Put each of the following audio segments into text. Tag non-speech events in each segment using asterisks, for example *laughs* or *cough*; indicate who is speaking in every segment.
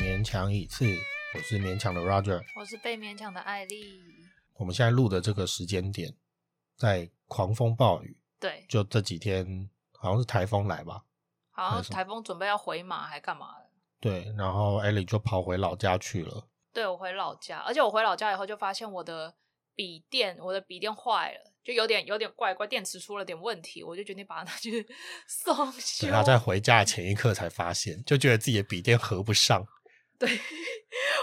Speaker 1: 勉强一次，我是勉强的 Roger。
Speaker 2: 我是被勉强的艾丽。
Speaker 1: 我们现在录的这个时间点，在狂风暴雨，
Speaker 2: 对，
Speaker 1: 就这几天好像是台风来吧？
Speaker 2: 好
Speaker 1: 还有
Speaker 2: 像
Speaker 1: 什么
Speaker 2: 台风准备要回马，还干嘛的？
Speaker 1: 对，然后艾莉就跑回老家去了。
Speaker 2: 对我回老家，而且我回老家以后就发现我的笔电，我的笔电坏了，就有点有点怪怪，电池出了点问题，我就决定把它拿去 *laughs* 送修
Speaker 1: 对，。他在回家的前一刻才发现，就觉得自己的笔电合不
Speaker 2: *laughs*
Speaker 1: 上。
Speaker 2: 对，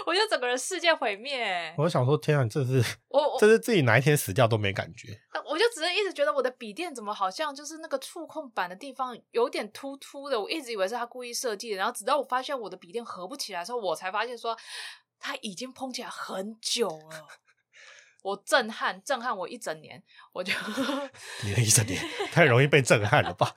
Speaker 2: 我就整个人世界毁灭。
Speaker 1: 我想说，天啊，这是
Speaker 2: 我我
Speaker 1: 这是自己哪一天死掉都没感觉。
Speaker 2: 我就只是一直觉得我的笔电怎么好像就是那个触控板的地方有点突突的，我一直以为是他故意设计的，然后直到我发现我的笔电合不起来的时候，我才发现说它已经碰起来很久了。我震撼，震撼我一整年，我就 *laughs*
Speaker 1: 你的一 *laughs* 整年太容易被震撼了
Speaker 2: *laughs*
Speaker 1: 吧？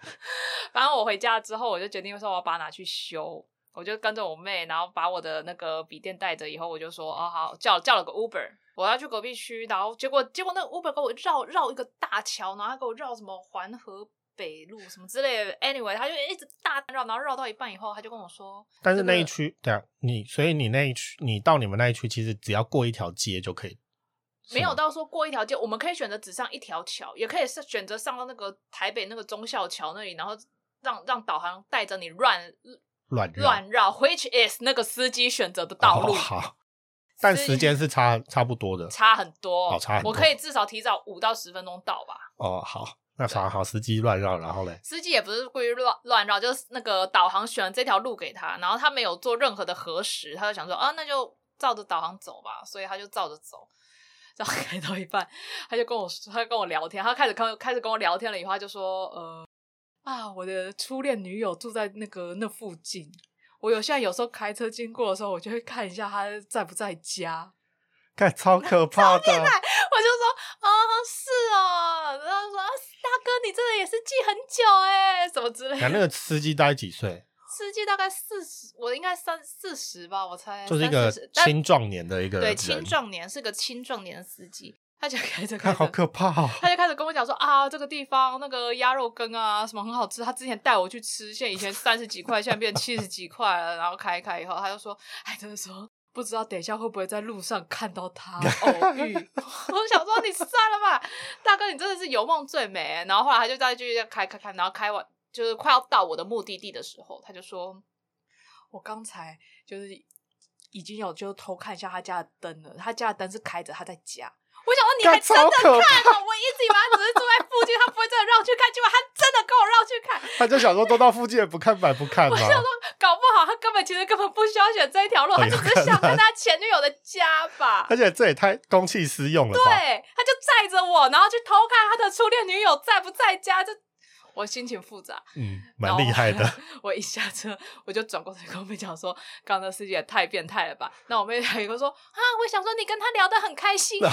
Speaker 2: 反正我回家之后，我就决定说我要把它拿去修。我就跟着我妹，然后把我的那个笔电带着，以后我就说哦好，叫叫了个 Uber，我要去隔壁区，然后结果结果那个 Uber 给我绕绕一个大桥，然后他给我绕什么环河北路什么之类的，anyway 他就一直大绕，然后绕到一半以后，他就跟我说，
Speaker 1: 但是
Speaker 2: 这个
Speaker 1: 那一区，对啊，你所以你那一区，你到你们那一区，其实只要过一条街就可以。
Speaker 2: 没有
Speaker 1: 是吗
Speaker 2: 到说过一条街，我们可以选择只上一条桥，也可以是选择上到那个台北那个忠孝桥那里，然后让让导航带着你乱
Speaker 1: 乱绕
Speaker 2: 乱绕，which is 那个司机选择的道
Speaker 1: *laughs*
Speaker 2: 路。
Speaker 1: 哦好，但时间是差差不多的。
Speaker 2: 差很多，
Speaker 1: 哦差很多
Speaker 2: 我可以至少提早五到十分钟到吧。
Speaker 1: 哦，好，那反而好，司机乱绕，然后嘞，
Speaker 2: 司机也不是故意乱乱绕，就是那个导航选了这条路给他，然后他没有做任何的核实，他就想说啊，那就照着导航走吧，所以他就照着走。然后开到一半，他就跟我说，他就跟我聊天，他开始跟我开始跟我聊天了以后，他就说，呃，啊，我的初恋女友住在那个那附近，我有现在有时候开车经过的时候，我就会看一下她在不在家。
Speaker 1: 看
Speaker 2: *laughs*
Speaker 1: 超可怕的，
Speaker 2: 我就说啊、是哦，然后说啊大哥，你真的也是记很久哎，什么之类
Speaker 1: 那那
Speaker 2: 的。
Speaker 1: 个司机大概几岁？
Speaker 2: 司机大概四十，我应该三四十吧，我猜。
Speaker 1: 就是一个
Speaker 2: 三四十但
Speaker 1: 青壮年的一个
Speaker 2: 对
Speaker 1: 人
Speaker 2: 青，壮年，是个青壮年司机，他就开着开
Speaker 1: *laughs* 看
Speaker 2: 着，
Speaker 1: 好可怕哦。 *laughs*
Speaker 2: 他就开始跟我讲说啊，这个地方那个鸭肉羹啊，什么很好吃。他之前带我去吃，现在以前三十几块，现在变七十几块了。然后开一开以后，他就说，哎，真的说不知道等一下会不会在路上看到
Speaker 1: *laughs*
Speaker 2: 他偶遇。 *laughs* 我想说你算了吧，大哥，你真的是有梦最美。欸然后后来他就再继续开开开，然后开完就是快要到我的目的地的时候，他就说，我刚才就是已经有就偷看一下他家的灯了，他家的灯是开着，他在家。我想说你
Speaker 1: 干
Speaker 2: 还真的
Speaker 1: 超可怕
Speaker 2: 看哦了，我一直以为他只是住在附近，他不会真的绕去看，结果他真的跟我绕去看，
Speaker 1: 他就想说，都到附近了，不看
Speaker 2: *laughs*
Speaker 1: 白不看嘛。
Speaker 2: 搞不好他根本其实根本不需要选这一条路，
Speaker 1: 哦
Speaker 2: 他就只是想跟他前女友的家
Speaker 1: *laughs*
Speaker 2: 吧。
Speaker 1: 而且这也太公器私用了吧？
Speaker 2: 对，他就载着我，然后去偷看他的初恋女友在不在家，就我心情复杂。
Speaker 1: 嗯，蛮厉害
Speaker 2: 然 *laughs*
Speaker 1: 的。
Speaker 2: 后我我一下车，我就转过头跟我妹讲说：“刚刚那司机也太变态了吧？”那我妹还有一个说：“啊，我想说你跟他聊得很
Speaker 1: *laughs*
Speaker 2: 开心、欸。”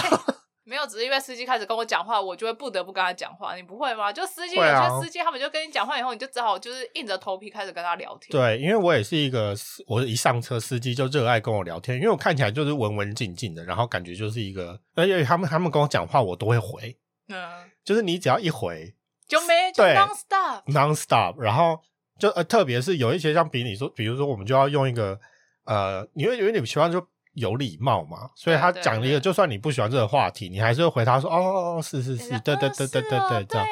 Speaker 2: 没有，只是因为司机开始跟我讲话，我就会不得不跟他讲话。你不会吗？就司机有
Speaker 1: 会啊
Speaker 2: 些司机，他们就跟你讲话以后，你就只好就是硬着头皮开始跟他聊天。
Speaker 1: 对，因为我也是一个司，我一上车司机就热爱跟我聊天，因为我看起来就是文文静静的，然后感觉就是一个，而且他们他们跟我讲话我都会回，
Speaker 2: 嗯，
Speaker 1: 就是你只要一回
Speaker 2: 就没就
Speaker 1: 啊对
Speaker 2: non stop。
Speaker 1: non stop，然后就呃特别是有一些像比你说，比如说我们就要用一个呃，因为因为你喜欢就有礼貌嘛，所以
Speaker 2: 对
Speaker 1: 他
Speaker 2: 对
Speaker 1: 讲了一个，
Speaker 2: 对
Speaker 1: 就算你不喜欢这个话题，你还是会回他说哦哦哦是是是，对对对对对对，
Speaker 2: 嗯是哦
Speaker 1: 这样
Speaker 2: 对啊，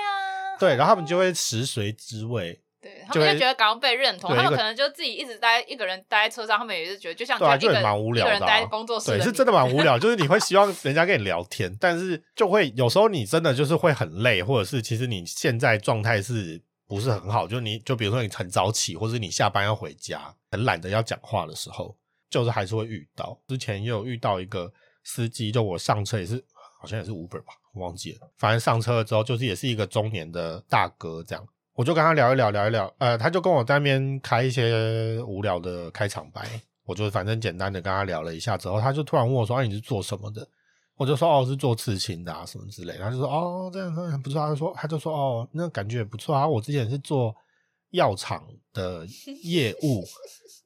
Speaker 1: 对，然后他们就会食髓知味，
Speaker 2: 对他
Speaker 1: 就
Speaker 2: 们
Speaker 1: 会
Speaker 2: 就觉得刚刚被认同，
Speaker 1: 对
Speaker 2: 他们
Speaker 1: 一个
Speaker 2: 可能就自己一直待一个人待在车上，他们也是觉得就像
Speaker 1: 对啊
Speaker 2: 就一个
Speaker 1: 就也蛮无聊的啊
Speaker 2: 一个人待在工作室
Speaker 1: 对，
Speaker 2: 里
Speaker 1: 是真的蛮无聊，就是你会希望人家跟你聊天，但是就会有时候你真的就是会很累，或者是其实你现在状态是不是很好？就你就比如说你很早起，或是你下班要回家，很懒得要讲话的时候，就是还是会遇到。之前也有遇到一个司机，就我上车也是。好像也是 Uber 吧，我忘记了。反正上车了之后，就是也是一个中年的大哥这样，我就跟他聊一聊，聊一聊，呃，他就跟我在那边开一些无聊的开场白，我就反正简单的跟他聊了一下之后，他就突然问我说：“啊，你是做什么的？”我就说：“哦，是做刺青的啊，什么之类。”他就说：“哦，这样这样很不错啊。”他就说：“他就说哦，那感觉也不错啊，我之前是做药厂的业务。”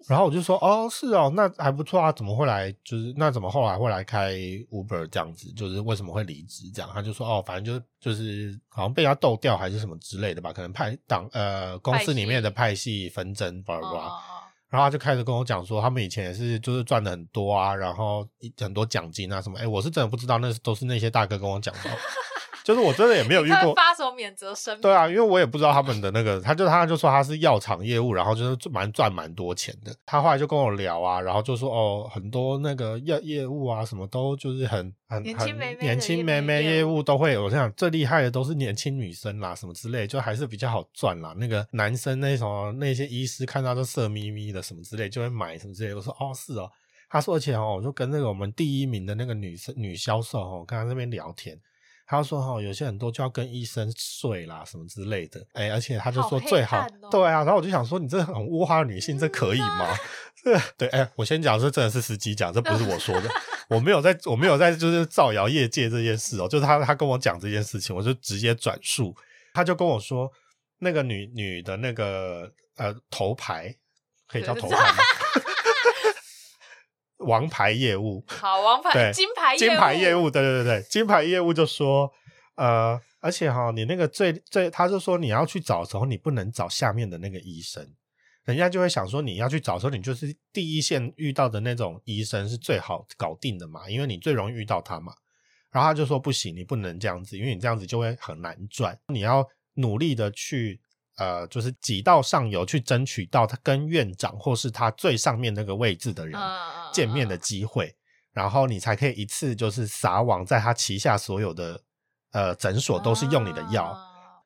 Speaker 1: 然后我就说：“哦，是哦，那还不错啊，怎么会来？就是那怎么后来会来开 Uber 这样子？就是为什么会离职这样？”他就说：“哦，反正就是就是好像被人家斗掉还是什么之类的吧，可能派党呃公司里面的派系纷争，巴拉巴拉。
Speaker 2: 哦哦哦
Speaker 1: 然后他就开始跟我讲说，他们以前也是就是赚的很多啊，然后一很多奖金啊什么。哎，我是真的不知道，那是都是那些大哥跟我讲的，哦 *laughs* 就是我真的也没有遇
Speaker 2: 他
Speaker 1: 过
Speaker 2: 会。发什么免责声明？
Speaker 1: 对啊，因为我也不知道他们的那个， *laughs* 他就他就说他是药厂业务，然后就是蛮赚蛮多钱的。他后来就跟我聊啊，然后就说哦，很多那个业业务啊，什么都就是很很
Speaker 2: 年轻
Speaker 1: 很
Speaker 2: 妹妹的
Speaker 1: 年轻
Speaker 2: 业
Speaker 1: 妹妹
Speaker 2: 业务
Speaker 1: 业务都会有。我想最厉害的都是年轻女生啦，什么之类，就还是比较好赚啦。那个男生那什么那些医师看到都色眯眯的什么之类，就会买什么之类。我说哦，是哦。他说，而且哦，我就跟那个我们第一名的那个女生女销售哦，跟他那边聊天，他说哈、有些很多就要跟医生睡啦，什么之类的。哎，而且他就说
Speaker 2: 好黑
Speaker 1: 最好，
Speaker 2: 暗哦嗯啊
Speaker 1: 对啊。然后我就想说，你这很物化女性，这可以吗？ *laughs* 这对，哎，我先讲，这真的是司机讲，这不是我
Speaker 2: *laughs*
Speaker 1: 说的，我没有在，我没有在就是造谣业界这件事哦，就是他他跟我讲这件事情，我就直接转述，他就跟我说，那个女女的那个呃头牌，可以叫头牌吗？王牌业务，
Speaker 2: 好，王牌
Speaker 1: 对
Speaker 2: 金牌
Speaker 1: 金牌业
Speaker 2: 务，
Speaker 1: 务，对对对对，金牌业务就说，呃，而且哈、你那个最最，他就说你要去找的时候，你不能找下面的那个医生，人家就会想说你要去找的时候，你就是第一线遇到的那种医生是最好搞定的嘛，因为你最容易遇到他嘛。然后他就说不行，你不能这样子，因为你这样子就会很难赚，你要努力的去。呃，就是挤到上游去争取到他跟院长或是他最上面那个位置的人，
Speaker 2: 嗯
Speaker 1: 见面的，机会，然后你才可以一次就是撒网在他旗下所有的呃诊所都是用你的药。
Speaker 2: 啊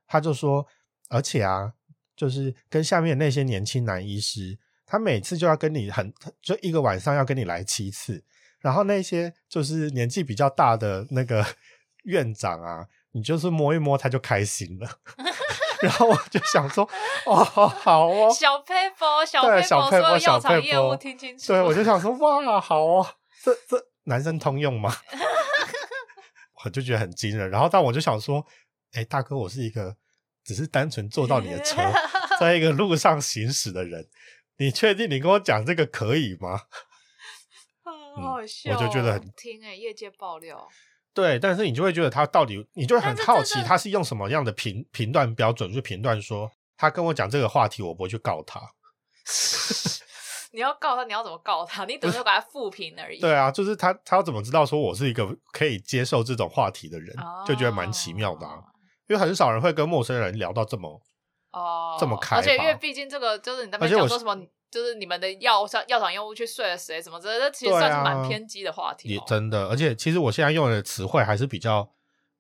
Speaker 1: 他就说，而且啊，就是跟下面那些年轻男医师，他每次就要跟你很就一个晚上要跟你来七次，然后那些就是年纪比较大的那个 *laughs* 院长啊，你就是摸一摸他就开心了。 *laughs* 然后我就想说，哦，好哦，
Speaker 2: 嗯小 paper，小
Speaker 1: 对
Speaker 2: paper，
Speaker 1: 小
Speaker 2: 所
Speaker 1: paper，
Speaker 2: 有
Speaker 1: 小
Speaker 2: 药厂业
Speaker 1: paper
Speaker 2: 务听清楚。
Speaker 1: *laughs* 对，我就想说，哇，好哦，这这男生通用 *laughs* 吗？我就觉得很惊人。然后，但我就想说，哎，大哥，我是一个只是单纯坐到你的 *laughs* 车，在一个路上行驶的人，你确定你跟我讲这个可以吗？
Speaker 2: 很好笑，
Speaker 1: 嗯我就觉得很
Speaker 2: 听哎，业界爆料，
Speaker 1: 对，但是你就会觉得他到底，你就会很
Speaker 2: 但是
Speaker 1: 好
Speaker 2: 真
Speaker 1: 奇，
Speaker 2: 的
Speaker 1: 他是用什么样的评评断标准去评断说，他跟我讲这个话题，我不会去告他。
Speaker 2: 你要告他，你要怎么告他？你只能给他复评而已。
Speaker 1: 对啊，就是他，他要怎么知道说我是一个可以接受这种话题的人，
Speaker 2: 哦，
Speaker 1: 就觉得蛮奇妙的啊。因为很少人会跟陌生人聊到这么，
Speaker 2: 哦，
Speaker 1: 这么开吧
Speaker 2: 而且因为毕竟这个就是你在那
Speaker 1: 而且
Speaker 2: 边
Speaker 1: 我
Speaker 2: 讲说什么，就是你们的药厂药厂药物去睡了谁什么之类的，这其实
Speaker 1: 对啊
Speaker 2: 算是蛮偏激的话题
Speaker 1: 也
Speaker 2: 哦。
Speaker 1: 真的。而且其实我现在用的词汇还是比较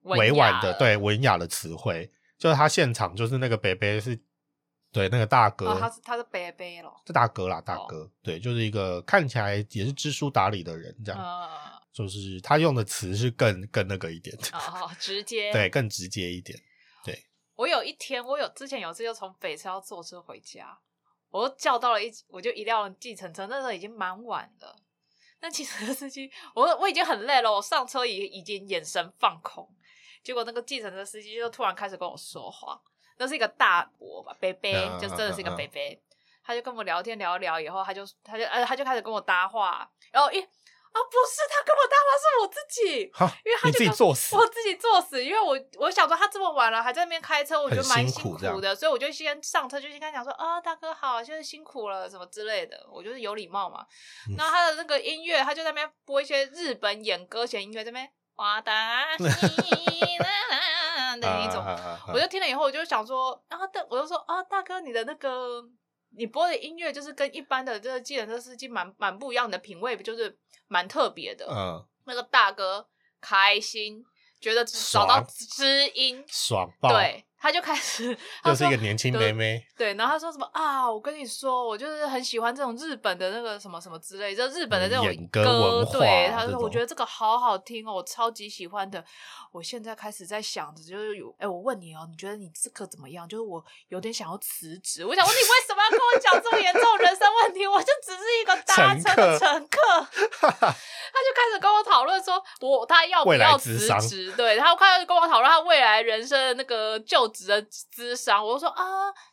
Speaker 2: 文
Speaker 1: 委婉
Speaker 2: 雅
Speaker 1: 的，
Speaker 2: 了
Speaker 1: 对文雅的词汇。就是他现场就是那个北北是，对那个大哥，
Speaker 2: 哦，他是他是北北咯。
Speaker 1: 这大哥啦，大
Speaker 2: 哦
Speaker 1: 哥，对，就是一个看起来也是知书达理的人，这样，
Speaker 2: 嗯，
Speaker 1: 就是他用的词是更更那个一点，
Speaker 2: 哦，直接。
Speaker 1: 对，，更直接一点。
Speaker 2: 我有一天，我有之前有一次就从北车要坐车回家，我就叫到了一，我就一辆计程车，那时候已经蛮晚了。那计程车司机，我我已经很累了，我上车也已经眼神放空，结果那个计程车司机就突然开始跟我说话，那是一个大伯吧，北北
Speaker 1: 嗯，
Speaker 2: 就真的是一个
Speaker 1: 嗯嗯
Speaker 2: 北北，他就跟我聊天聊一聊，以后他就他就呃他就开始跟我搭话，然后一啊不是他跟我搭话是我自己，
Speaker 1: 哈，
Speaker 2: 因为他
Speaker 1: 你
Speaker 2: 就
Speaker 1: 自己
Speaker 2: 跟
Speaker 1: 作死，
Speaker 2: *laughs* 我自己作死，因为我我想说他这么晚了还在那边开车，我觉得蛮
Speaker 1: 很辛
Speaker 2: 辛
Speaker 1: 苦这样
Speaker 2: 苦的，所以我就先上车就先跟他讲说啊大哥好，现在辛苦了什么之类的，我就是有礼貌嘛
Speaker 1: 嗯。
Speaker 2: 然后他的那个音乐，他就在那边播一些日本演歌弦音乐，这边哇
Speaker 1: *laughs*
Speaker 2: 哒西啦啦的一种
Speaker 1: 啊，啊啊啊
Speaker 2: 我就听了以后我就想说啊大，我就说啊大哥你的那个你播的音乐就是跟一般的这个计程车司机蛮蛮不一样，你的品味就是蛮特别的。
Speaker 1: 嗯，
Speaker 2: 那个大哥开心，觉得找到
Speaker 1: 爽
Speaker 2: 知音， *laughs*
Speaker 1: 爽爆，，
Speaker 2: 对，他就开始，
Speaker 1: *laughs*
Speaker 2: 他
Speaker 1: 又
Speaker 2: 说
Speaker 1: 是一个年轻妹妹，
Speaker 2: 对，然后他说什么啊？我跟你说，我就是很喜欢这种日本的那个什么什么之类，就日本的这种
Speaker 1: 演歌文化
Speaker 2: 对，他
Speaker 1: 这
Speaker 2: 说
Speaker 1: 种
Speaker 2: 我觉得这个好好听哦，我超级喜欢的。我现在开始在想着，就是有，哎，我问你哦，你觉得你这个怎么样？就是我有点想要辞职，我想问你为什么要跟我讲这么严重的人生问题？我就只是一个搭车的
Speaker 1: *laughs* 乘客
Speaker 2: 乘客。他就开始跟我讨论说，我他要不
Speaker 1: 未来
Speaker 2: 要
Speaker 1: 之
Speaker 2: 辞
Speaker 1: 商
Speaker 2: 职？对，他开始跟我讨论他未来人生的那个就职的资商。我就说啊，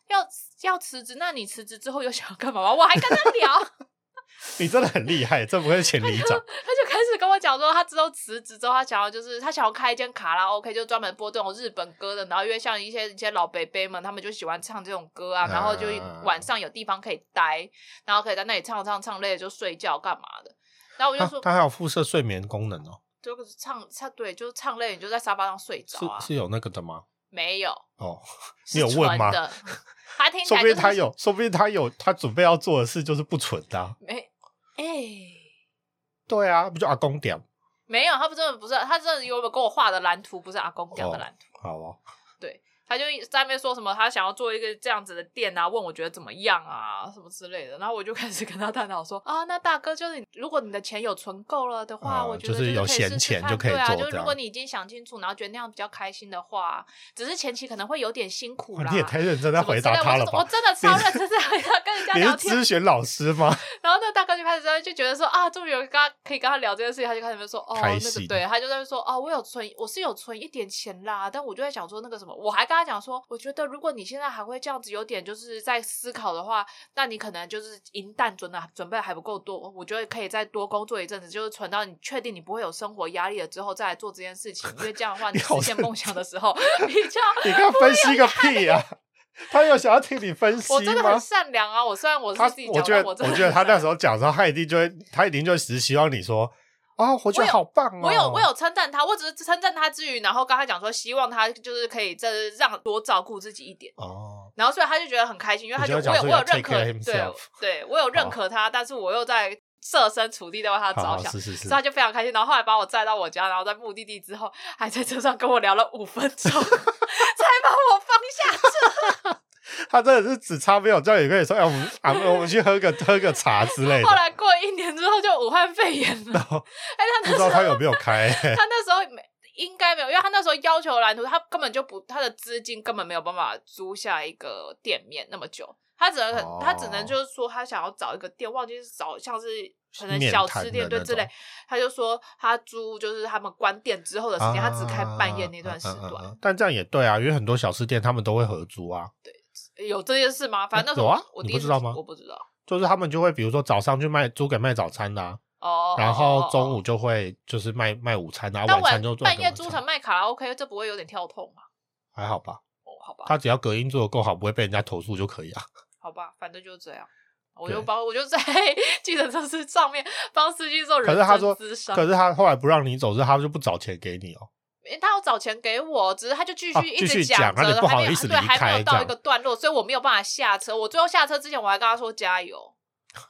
Speaker 2: 要要辞职，那你辞职之后又想要干嘛吗？我还跟他聊， *laughs*
Speaker 1: 你真的很厉害，这不愧是前里长。
Speaker 2: 他就开始跟我讲说，他之后辞职之后，他想要就是他想要开一间卡拉 OK，就专门播这种日本歌的。然后因为像一些一些老伯伯们，他们就喜欢唱这种歌啊，然后就晚上有地方可以待，然后可以在那里唱唱唱，累了就睡觉干嘛的。然后我就
Speaker 1: 他
Speaker 2: 说，
Speaker 1: 他还有辐射睡眠功能哦，
Speaker 2: 就是唱唱对，就是唱累了你就在沙发上睡着啊
Speaker 1: 是，是有那个的吗？
Speaker 2: 没有，
Speaker 1: 哦，
Speaker 2: 是
Speaker 1: 你有问吗 *laughs*
Speaker 2: 纯？的他听起
Speaker 1: 说
Speaker 2: 来
Speaker 1: 不
Speaker 2: 就
Speaker 1: 定
Speaker 2: 是
Speaker 1: 他有，说不定他有，他准备要做的事就是不纯的啊、
Speaker 2: 没哎。
Speaker 1: 对啊，不就阿公点？
Speaker 2: 没有，他不真的不是，他真的有跟我画的蓝图，不是阿公讲的
Speaker 1: 哦
Speaker 2: 蓝图。
Speaker 1: 好哦，
Speaker 2: 他就在那边说什么，他想要做一个这样子的店啊，问我觉得怎么样啊，什么之类的。然后我就开始跟他探讨说啊，那大哥就是你如果你的钱有存够了的话，
Speaker 1: 啊
Speaker 2: 我觉得
Speaker 1: 就是有
Speaker 2: 可以试试
Speaker 1: 闲钱
Speaker 2: 看
Speaker 1: 就可以
Speaker 2: 对啊，
Speaker 1: 做
Speaker 2: 就是
Speaker 1: 这
Speaker 2: 如
Speaker 1: 样
Speaker 2: 果你已经想清楚，然后觉得那样比较开心的话，只是前期可能会有点辛苦
Speaker 1: 哇
Speaker 2: 啦。
Speaker 1: 啊你也太认真在
Speaker 2: 什么
Speaker 1: 回
Speaker 2: 之
Speaker 1: 答
Speaker 2: 类
Speaker 1: 他了
Speaker 2: 我真我
Speaker 1: 吧？
Speaker 2: 真的超认真在回答，跟人
Speaker 1: *laughs*
Speaker 2: 家
Speaker 1: 你是
Speaker 2: 聊天。
Speaker 1: 咨询老师吗？ *laughs*
Speaker 2: 然后那大哥就开始在那就觉得说啊，终于有人跟他可以跟他聊这件事情，他就开始在那边说哦，
Speaker 1: 开
Speaker 2: 那
Speaker 1: 心
Speaker 2: 个对，他就在那边说哦，我有存，我是有存一点钱啦，但我就在想说那个什么，我还跟他讲说，我觉得如果你现在还会这样子，有点就是在思考的话，那你可能就是银弹准的准备还不够多，我觉得可以再多工作一阵子，就是存到你确定你不会有生活压力了之后再来做这件事情，因为这样的话
Speaker 1: *laughs*
Speaker 2: 你
Speaker 1: 你好
Speaker 2: 实现
Speaker 1: 认
Speaker 2: 梦想的时候 *laughs* 比较
Speaker 1: 你跟他分析个屁啊！他有想要听你分析
Speaker 2: 我真的很
Speaker 1: 吗？
Speaker 2: 善良啊！我虽然我
Speaker 1: 他
Speaker 2: 是自己
Speaker 1: 我
Speaker 2: 讲，
Speaker 1: 觉
Speaker 2: 但
Speaker 1: 得，
Speaker 2: 真的
Speaker 1: 觉得
Speaker 2: 很
Speaker 1: 他
Speaker 2: 善良
Speaker 1: 那时候讲的时候，他一定就会，他一定就只希望你说啊，我觉
Speaker 2: 我
Speaker 1: 得
Speaker 2: 有
Speaker 1: 好棒哦。
Speaker 2: 我有我有称赞他，我只是称赞他之余，然后刚才讲说希望他就是可以这让多照顾自己一点，
Speaker 1: 哦，
Speaker 2: 然后所以他就觉得很开心，因为他
Speaker 1: 你
Speaker 2: 就
Speaker 1: 就
Speaker 2: 我
Speaker 1: 要
Speaker 2: 有
Speaker 1: 讲说
Speaker 2: 我有
Speaker 1: 要
Speaker 2: 认
Speaker 1: take
Speaker 2: 可
Speaker 1: care
Speaker 2: 对
Speaker 1: himself
Speaker 2: 对，我有认可他，但是我又在设身处地的为他着
Speaker 1: 好好
Speaker 2: 想。
Speaker 1: 是是是
Speaker 2: 所以，他就非常开心，然后后来把我载到我家，然后在目的地之后，还在车上跟我聊了五分
Speaker 1: *laughs*
Speaker 2: 钟，才把我放下车。
Speaker 1: 他真的是只差没有叫你跟你说，哎，我们啊，我们去喝个喝个茶之类的
Speaker 2: 后。来过一年之后，就武汉肺炎了。
Speaker 1: 然后
Speaker 2: 哎，他
Speaker 1: 不
Speaker 2: 那
Speaker 1: 知
Speaker 2: 时
Speaker 1: 道
Speaker 2: 候
Speaker 1: 他有没有开、
Speaker 2: 他那时候没应该没有，因为他那时候要求蓝图，他根本就不他的资金根本没有办法租下一个店面那么久，他只能很、
Speaker 1: 哦
Speaker 2: 他只能就是说他想要找一个店，忘记是找像是可能
Speaker 1: 面
Speaker 2: 小
Speaker 1: 摊
Speaker 2: 吃
Speaker 1: 的
Speaker 2: 店对
Speaker 1: 那
Speaker 2: 之类
Speaker 1: 种，
Speaker 2: 他就说他租就是他们关店之后的时间，他只开半夜那段时段，
Speaker 1: 啊啊啊啊啊但这样也对啊，因为很多小吃店他们都会合租啊，
Speaker 2: 有这件事吗？反正那时
Speaker 1: 有
Speaker 2: 候
Speaker 1: 啊
Speaker 2: 我
Speaker 1: 你
Speaker 2: 第一
Speaker 1: 不
Speaker 2: 次
Speaker 1: 知道吗
Speaker 2: 我不知道
Speaker 1: 就是他们就会比如说早上去卖租给卖早餐的、啊，
Speaker 2: 哦，
Speaker 1: 然
Speaker 2: 哦
Speaker 1: 后
Speaker 2: 哦
Speaker 1: 中午就会就是卖卖午餐啊，
Speaker 2: 那
Speaker 1: 晚
Speaker 2: 晚
Speaker 1: 餐就做
Speaker 2: 半夜租
Speaker 1: 成
Speaker 2: 成卖卡拉 OK，这不会有点跳痛吗？
Speaker 1: 还好吧？
Speaker 2: 哦，好吧，
Speaker 1: 他只要隔音做的够好，不会被人家投诉就可以啊。
Speaker 2: 好吧，反正就是这样。我
Speaker 1: 对
Speaker 2: 就帮，我就在 *laughs* 计程车司上面帮司机做人
Speaker 1: 可是他说
Speaker 2: 生咨商，
Speaker 1: 可是他后来不让你走，是他就不找钱给你哦。
Speaker 2: 因为他要找钱给我，只是他就继
Speaker 1: 哦
Speaker 2: 续一
Speaker 1: 继
Speaker 2: 直
Speaker 1: 续讲
Speaker 2: 讲着，
Speaker 1: 那你不
Speaker 2: 还没
Speaker 1: 好
Speaker 2: 有
Speaker 1: 意思
Speaker 2: 对，
Speaker 1: 离
Speaker 2: 还没有
Speaker 1: 开
Speaker 2: 到
Speaker 1: 这
Speaker 2: 一
Speaker 1: 样
Speaker 2: 个段落，所以我没有办法下车。我最后下车之前，我还跟他说加油。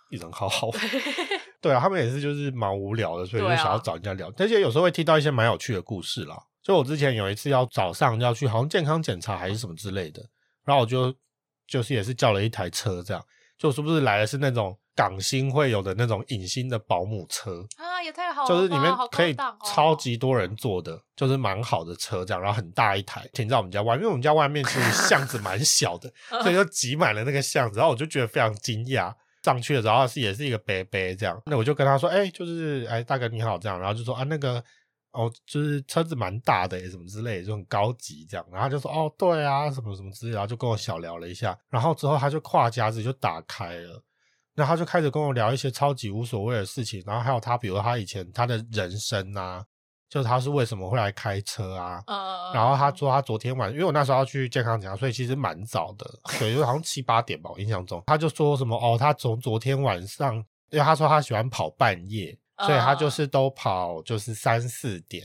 Speaker 1: 人好好， *laughs* 对啊，他们也是就是蛮无聊的，所以就
Speaker 2: 对啊
Speaker 1: 想要找人家聊。而且有时候会听到一些蛮有趣的故事啦。就我之前有一次要早上要去好像健康检查还是什么之类的，然后我就就是也是叫了一台车，这样就是不是来的是那种港星会有的那种影星的保姆车，
Speaker 2: 啊，也太好了吧，
Speaker 1: 就是里面
Speaker 2: 好
Speaker 1: 可以
Speaker 2: 高档哦
Speaker 1: 超级多人坐的，就是蛮好的车这样，然后很大一台停在我们家外，因为我们家外面其实巷子蛮小
Speaker 2: *laughs*
Speaker 1: 的，所以就挤满了那个巷子，然后我就觉得非常惊讶。上去了，然啊后是也是一个伯伯这样，那我就跟他说，哎、就是哎大哥你好这样，然后就说啊那个哦就是车子蛮大的、什么之类的，就很高级这样，然后他就说哦对啊什么什么之类的，然后就跟我小聊了一下，然后之后他就话匣子就打开了。那他就开始跟我聊一些超级无所谓的事情，然后还有他，比如他以前他的人生啊，就是他是为什么会来开车啊，
Speaker 2: 嗯，
Speaker 1: 然后他说他昨天晚，因为我那时候要去健康检查，所以其实蛮早的，对，就好像七八点吧，我印象中，他就说什么哦，他从昨天晚上，因为他说他喜欢跑半夜，所以
Speaker 2: 嗯
Speaker 1: 他
Speaker 2: 啊
Speaker 1: 就是都跑就是三四点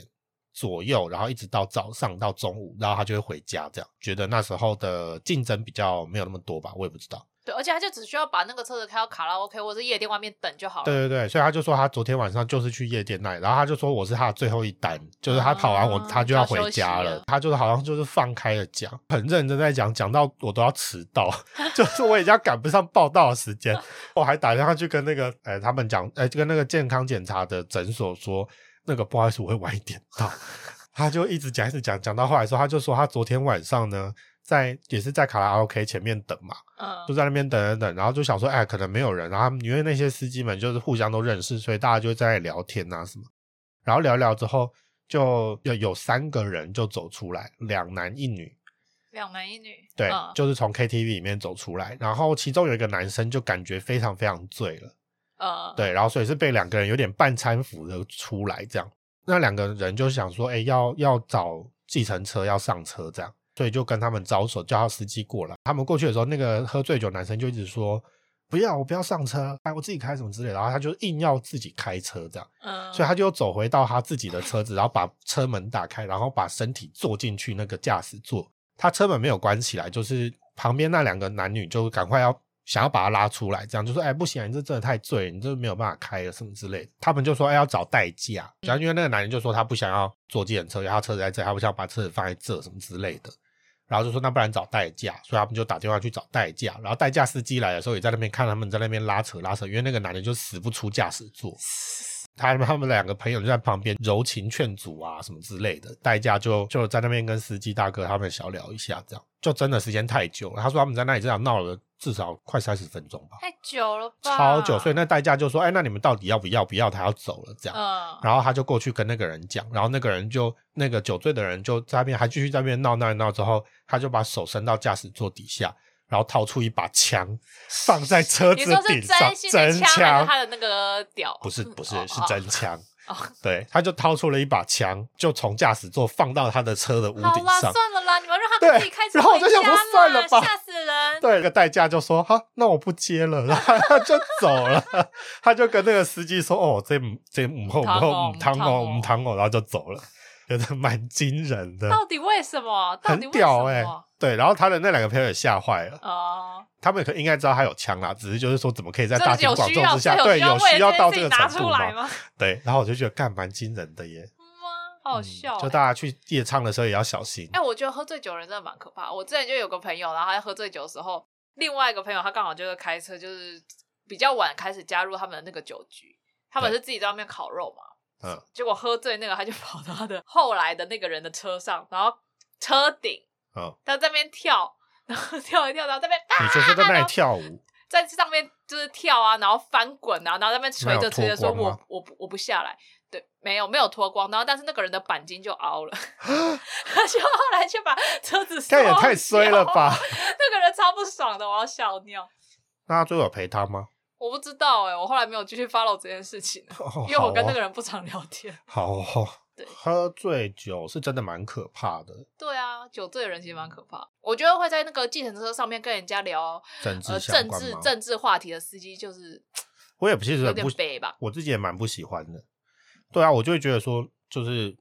Speaker 1: 左右，然后一直到早上到中午，然后他就会回家，这样觉得那时候的竞争比较没有那么多吧，我也不知道。
Speaker 2: 对，而且他就只需要把那个车子开到卡拉 OK 或者夜店外面等就好了。
Speaker 1: 对对对，所以他就说他昨天晚上就是去夜店那里，然后他就说我是他的最后一单，就是他跑完我、
Speaker 2: 啊
Speaker 1: 他就要回家
Speaker 2: 就要休
Speaker 1: 了
Speaker 2: 息了
Speaker 1: 他就是好像就是放开了讲，很认真在讲，讲到我都要迟到， *laughs* 就是我已经要赶不上报道的时间，我还打电话去跟那个哎他们讲哎跟那个健康检查的诊所说，那个不好意思我会晚一点到， *laughs* 他就一直讲一直讲，讲到后来说他就说他昨天晚上呢在也是在卡拉 OK 前面等嘛，
Speaker 2: 嗯，
Speaker 1: 就在那边等等等，然后就想说，哎，可能没有人，然后他们因为那些司机们就是互相都认识，所以大家就在那里聊天啊什么，然后聊一聊之后，就有有三个人就走出来，两男一女，
Speaker 2: 两男一女，
Speaker 1: 对，
Speaker 2: 嗯
Speaker 1: 就是从 KTV 里面走出来，然后其中有一个男生就感觉非常非常醉了，
Speaker 2: 呃，
Speaker 1: 对，然后所以是被两个人有点半搀扶的出来这样。那两个人就想说，哎、要要找计程车，要上车这样，所以就跟他们招手，叫他司机过来。他们过去的时候，那个喝醉酒男生就一直说。不要，我不要上车，哎，我自己开什么之类的。然后他就硬要自己开车这样，
Speaker 2: 嗯，
Speaker 1: 所以他就走回到他自己的车子，然后把车门打开，然后把身体坐进去那个驾驶座。他车门没有关起来，就是旁边那两个男女就赶快要想要把他拉出来，这样就说：“哎，不行、啊，你这真的太醉了，你这没有办法开了什么之类的。”他们就说：“哎，要找代驾。”然后因为那个男人就说他不想要坐计程车，因为他车子在这，他不想把车子放在这什么之类的。然后就说那不然找代驾，所以他们就打电话去找代驾。然后代驾司机来的时候也在那边看他们在那边拉扯拉扯，因为那个男的就死不出驾驶座。他们他们两个朋友就在旁边柔情劝阻啊什么之类的，代驾就就在那边跟司机大哥他们小聊一下，这样就真的时间太久了。他说他们在那里这样闹了至少快三十分钟吧，
Speaker 2: 太久了吧，
Speaker 1: 超久。所以那代驾就说：“哎，那你们到底要不要？不要，他要走了。”这样，
Speaker 2: 嗯，
Speaker 1: 然后他就过去跟那个人讲，然后那个人就那个酒醉的人就在那边还继续在那边闹闹闹，之后他就把手伸到驾驶座底下，然后掏出一把
Speaker 2: *laughs*
Speaker 1: 枪放在 *laughs* 车
Speaker 2: 你
Speaker 1: 子
Speaker 2: 说
Speaker 1: 顶
Speaker 2: 是
Speaker 1: 上
Speaker 2: 真，心的
Speaker 1: 真
Speaker 2: 枪还是
Speaker 1: 枪
Speaker 2: 他的那个屌？
Speaker 1: 不是不是
Speaker 2: 哦
Speaker 1: 是
Speaker 2: 哦
Speaker 1: 真枪
Speaker 2: 哦，
Speaker 1: 对，他就掏出了一把枪，就从驾驶座放到他的车的屋
Speaker 2: 哦好
Speaker 1: 顶
Speaker 2: 啦，
Speaker 1: 上。
Speaker 2: 算了啦，你们让
Speaker 1: 对
Speaker 2: 他自己开车
Speaker 1: 然后我
Speaker 2: 回
Speaker 1: 就想
Speaker 2: 家
Speaker 1: 说
Speaker 2: 啦，
Speaker 1: 算了吧
Speaker 2: 吓死人。
Speaker 1: 对，那个代驾就说：“哈，那我不接了。”然后他就走了， *laughs* 他就跟那个司机说：“哦，这母这母后母后母
Speaker 2: 汤哦
Speaker 1: 汤哦
Speaker 2: 母汤哦
Speaker 1: 母汤哦。”然后就走了，觉得蛮惊人的。
Speaker 2: 到底为什么？到
Speaker 1: 很
Speaker 2: 底为什
Speaker 1: 屌
Speaker 2: 么？
Speaker 1: 哎、对，然后他的那两个朋友也吓坏了，
Speaker 2: 哦，
Speaker 1: 他们可应该知道他有枪啦，只是就是说怎么可以在
Speaker 2: 这
Speaker 1: 大庭
Speaker 2: 有
Speaker 1: 广
Speaker 2: 需
Speaker 1: 众
Speaker 2: 要，
Speaker 1: 之下，
Speaker 2: 这
Speaker 1: 对，
Speaker 2: 有
Speaker 1: 有需要
Speaker 2: 为了
Speaker 1: 到
Speaker 2: 这
Speaker 1: 这
Speaker 2: 件事情
Speaker 1: 个
Speaker 2: 拿
Speaker 1: 程度
Speaker 2: 出来
Speaker 1: 吗？
Speaker 2: 吗？
Speaker 1: 对，然后我就觉得干蛮惊人的耶，
Speaker 2: 吗？好好
Speaker 1: 嗯
Speaker 2: 笑欸。
Speaker 1: 就大家去夜唱的时候也要小心
Speaker 2: 哎、，我觉得喝醉酒的人真的蛮可怕。我之前就有个朋友，然后他在喝醉酒的时候，另外一个朋友他刚好就是开车，就是比较晚开始加入他们的那个酒局，他们
Speaker 1: 对
Speaker 2: 是自己在外面烤肉嘛。
Speaker 1: 嗯，
Speaker 2: 结果喝醉那个他就 *laughs* 跑到他的后来的那个人的车上，然后车顶
Speaker 1: 嗯，
Speaker 2: 他在那边跳，然后 *laughs* 跳一跳，然后在那边
Speaker 1: 你
Speaker 2: 啊，
Speaker 1: 就是在那
Speaker 2: 然
Speaker 1: 里
Speaker 2: 后
Speaker 1: 跳舞，
Speaker 2: 在上面就是跳啊，然后翻滚啊，然后在那边捶
Speaker 1: 那
Speaker 2: 着
Speaker 1: 有
Speaker 2: 捶着
Speaker 1: 脱
Speaker 2: 说
Speaker 1: 光吗
Speaker 2: 我我不我不下来，对，没有没有脱光，然后但是那个人的钣金就凹
Speaker 1: *laughs*
Speaker 2: 了，他就后来就把车子
Speaker 1: 这样也
Speaker 2: 收
Speaker 1: 太衰了吧
Speaker 2: 掉， *laughs* 那个人超不爽的，我要笑尿。
Speaker 1: 那他最后有陪他吗？ *laughs*
Speaker 2: 我不知道哎、我后来没有继续 follow 这件事情，
Speaker 1: 哦
Speaker 2: 因为我跟那个
Speaker 1: 人
Speaker 2: 人不常聊天。
Speaker 1: 好哦。好哦
Speaker 2: 对
Speaker 1: 喝醉酒是真的蛮可怕的，
Speaker 2: 对啊，酒醉的人其实蛮可怕。我觉得会在那个计程车上面跟人家聊
Speaker 1: 政治
Speaker 2: 呃
Speaker 1: 相
Speaker 2: 政
Speaker 1: 关
Speaker 2: 治
Speaker 1: 吗？
Speaker 2: 政治话题的司机，就是
Speaker 1: 我也不其实
Speaker 2: 有
Speaker 1: 很
Speaker 2: 点
Speaker 1: 不
Speaker 2: 悲吧。
Speaker 1: 我自己也蛮不喜欢的。对啊，我就会觉得说，就是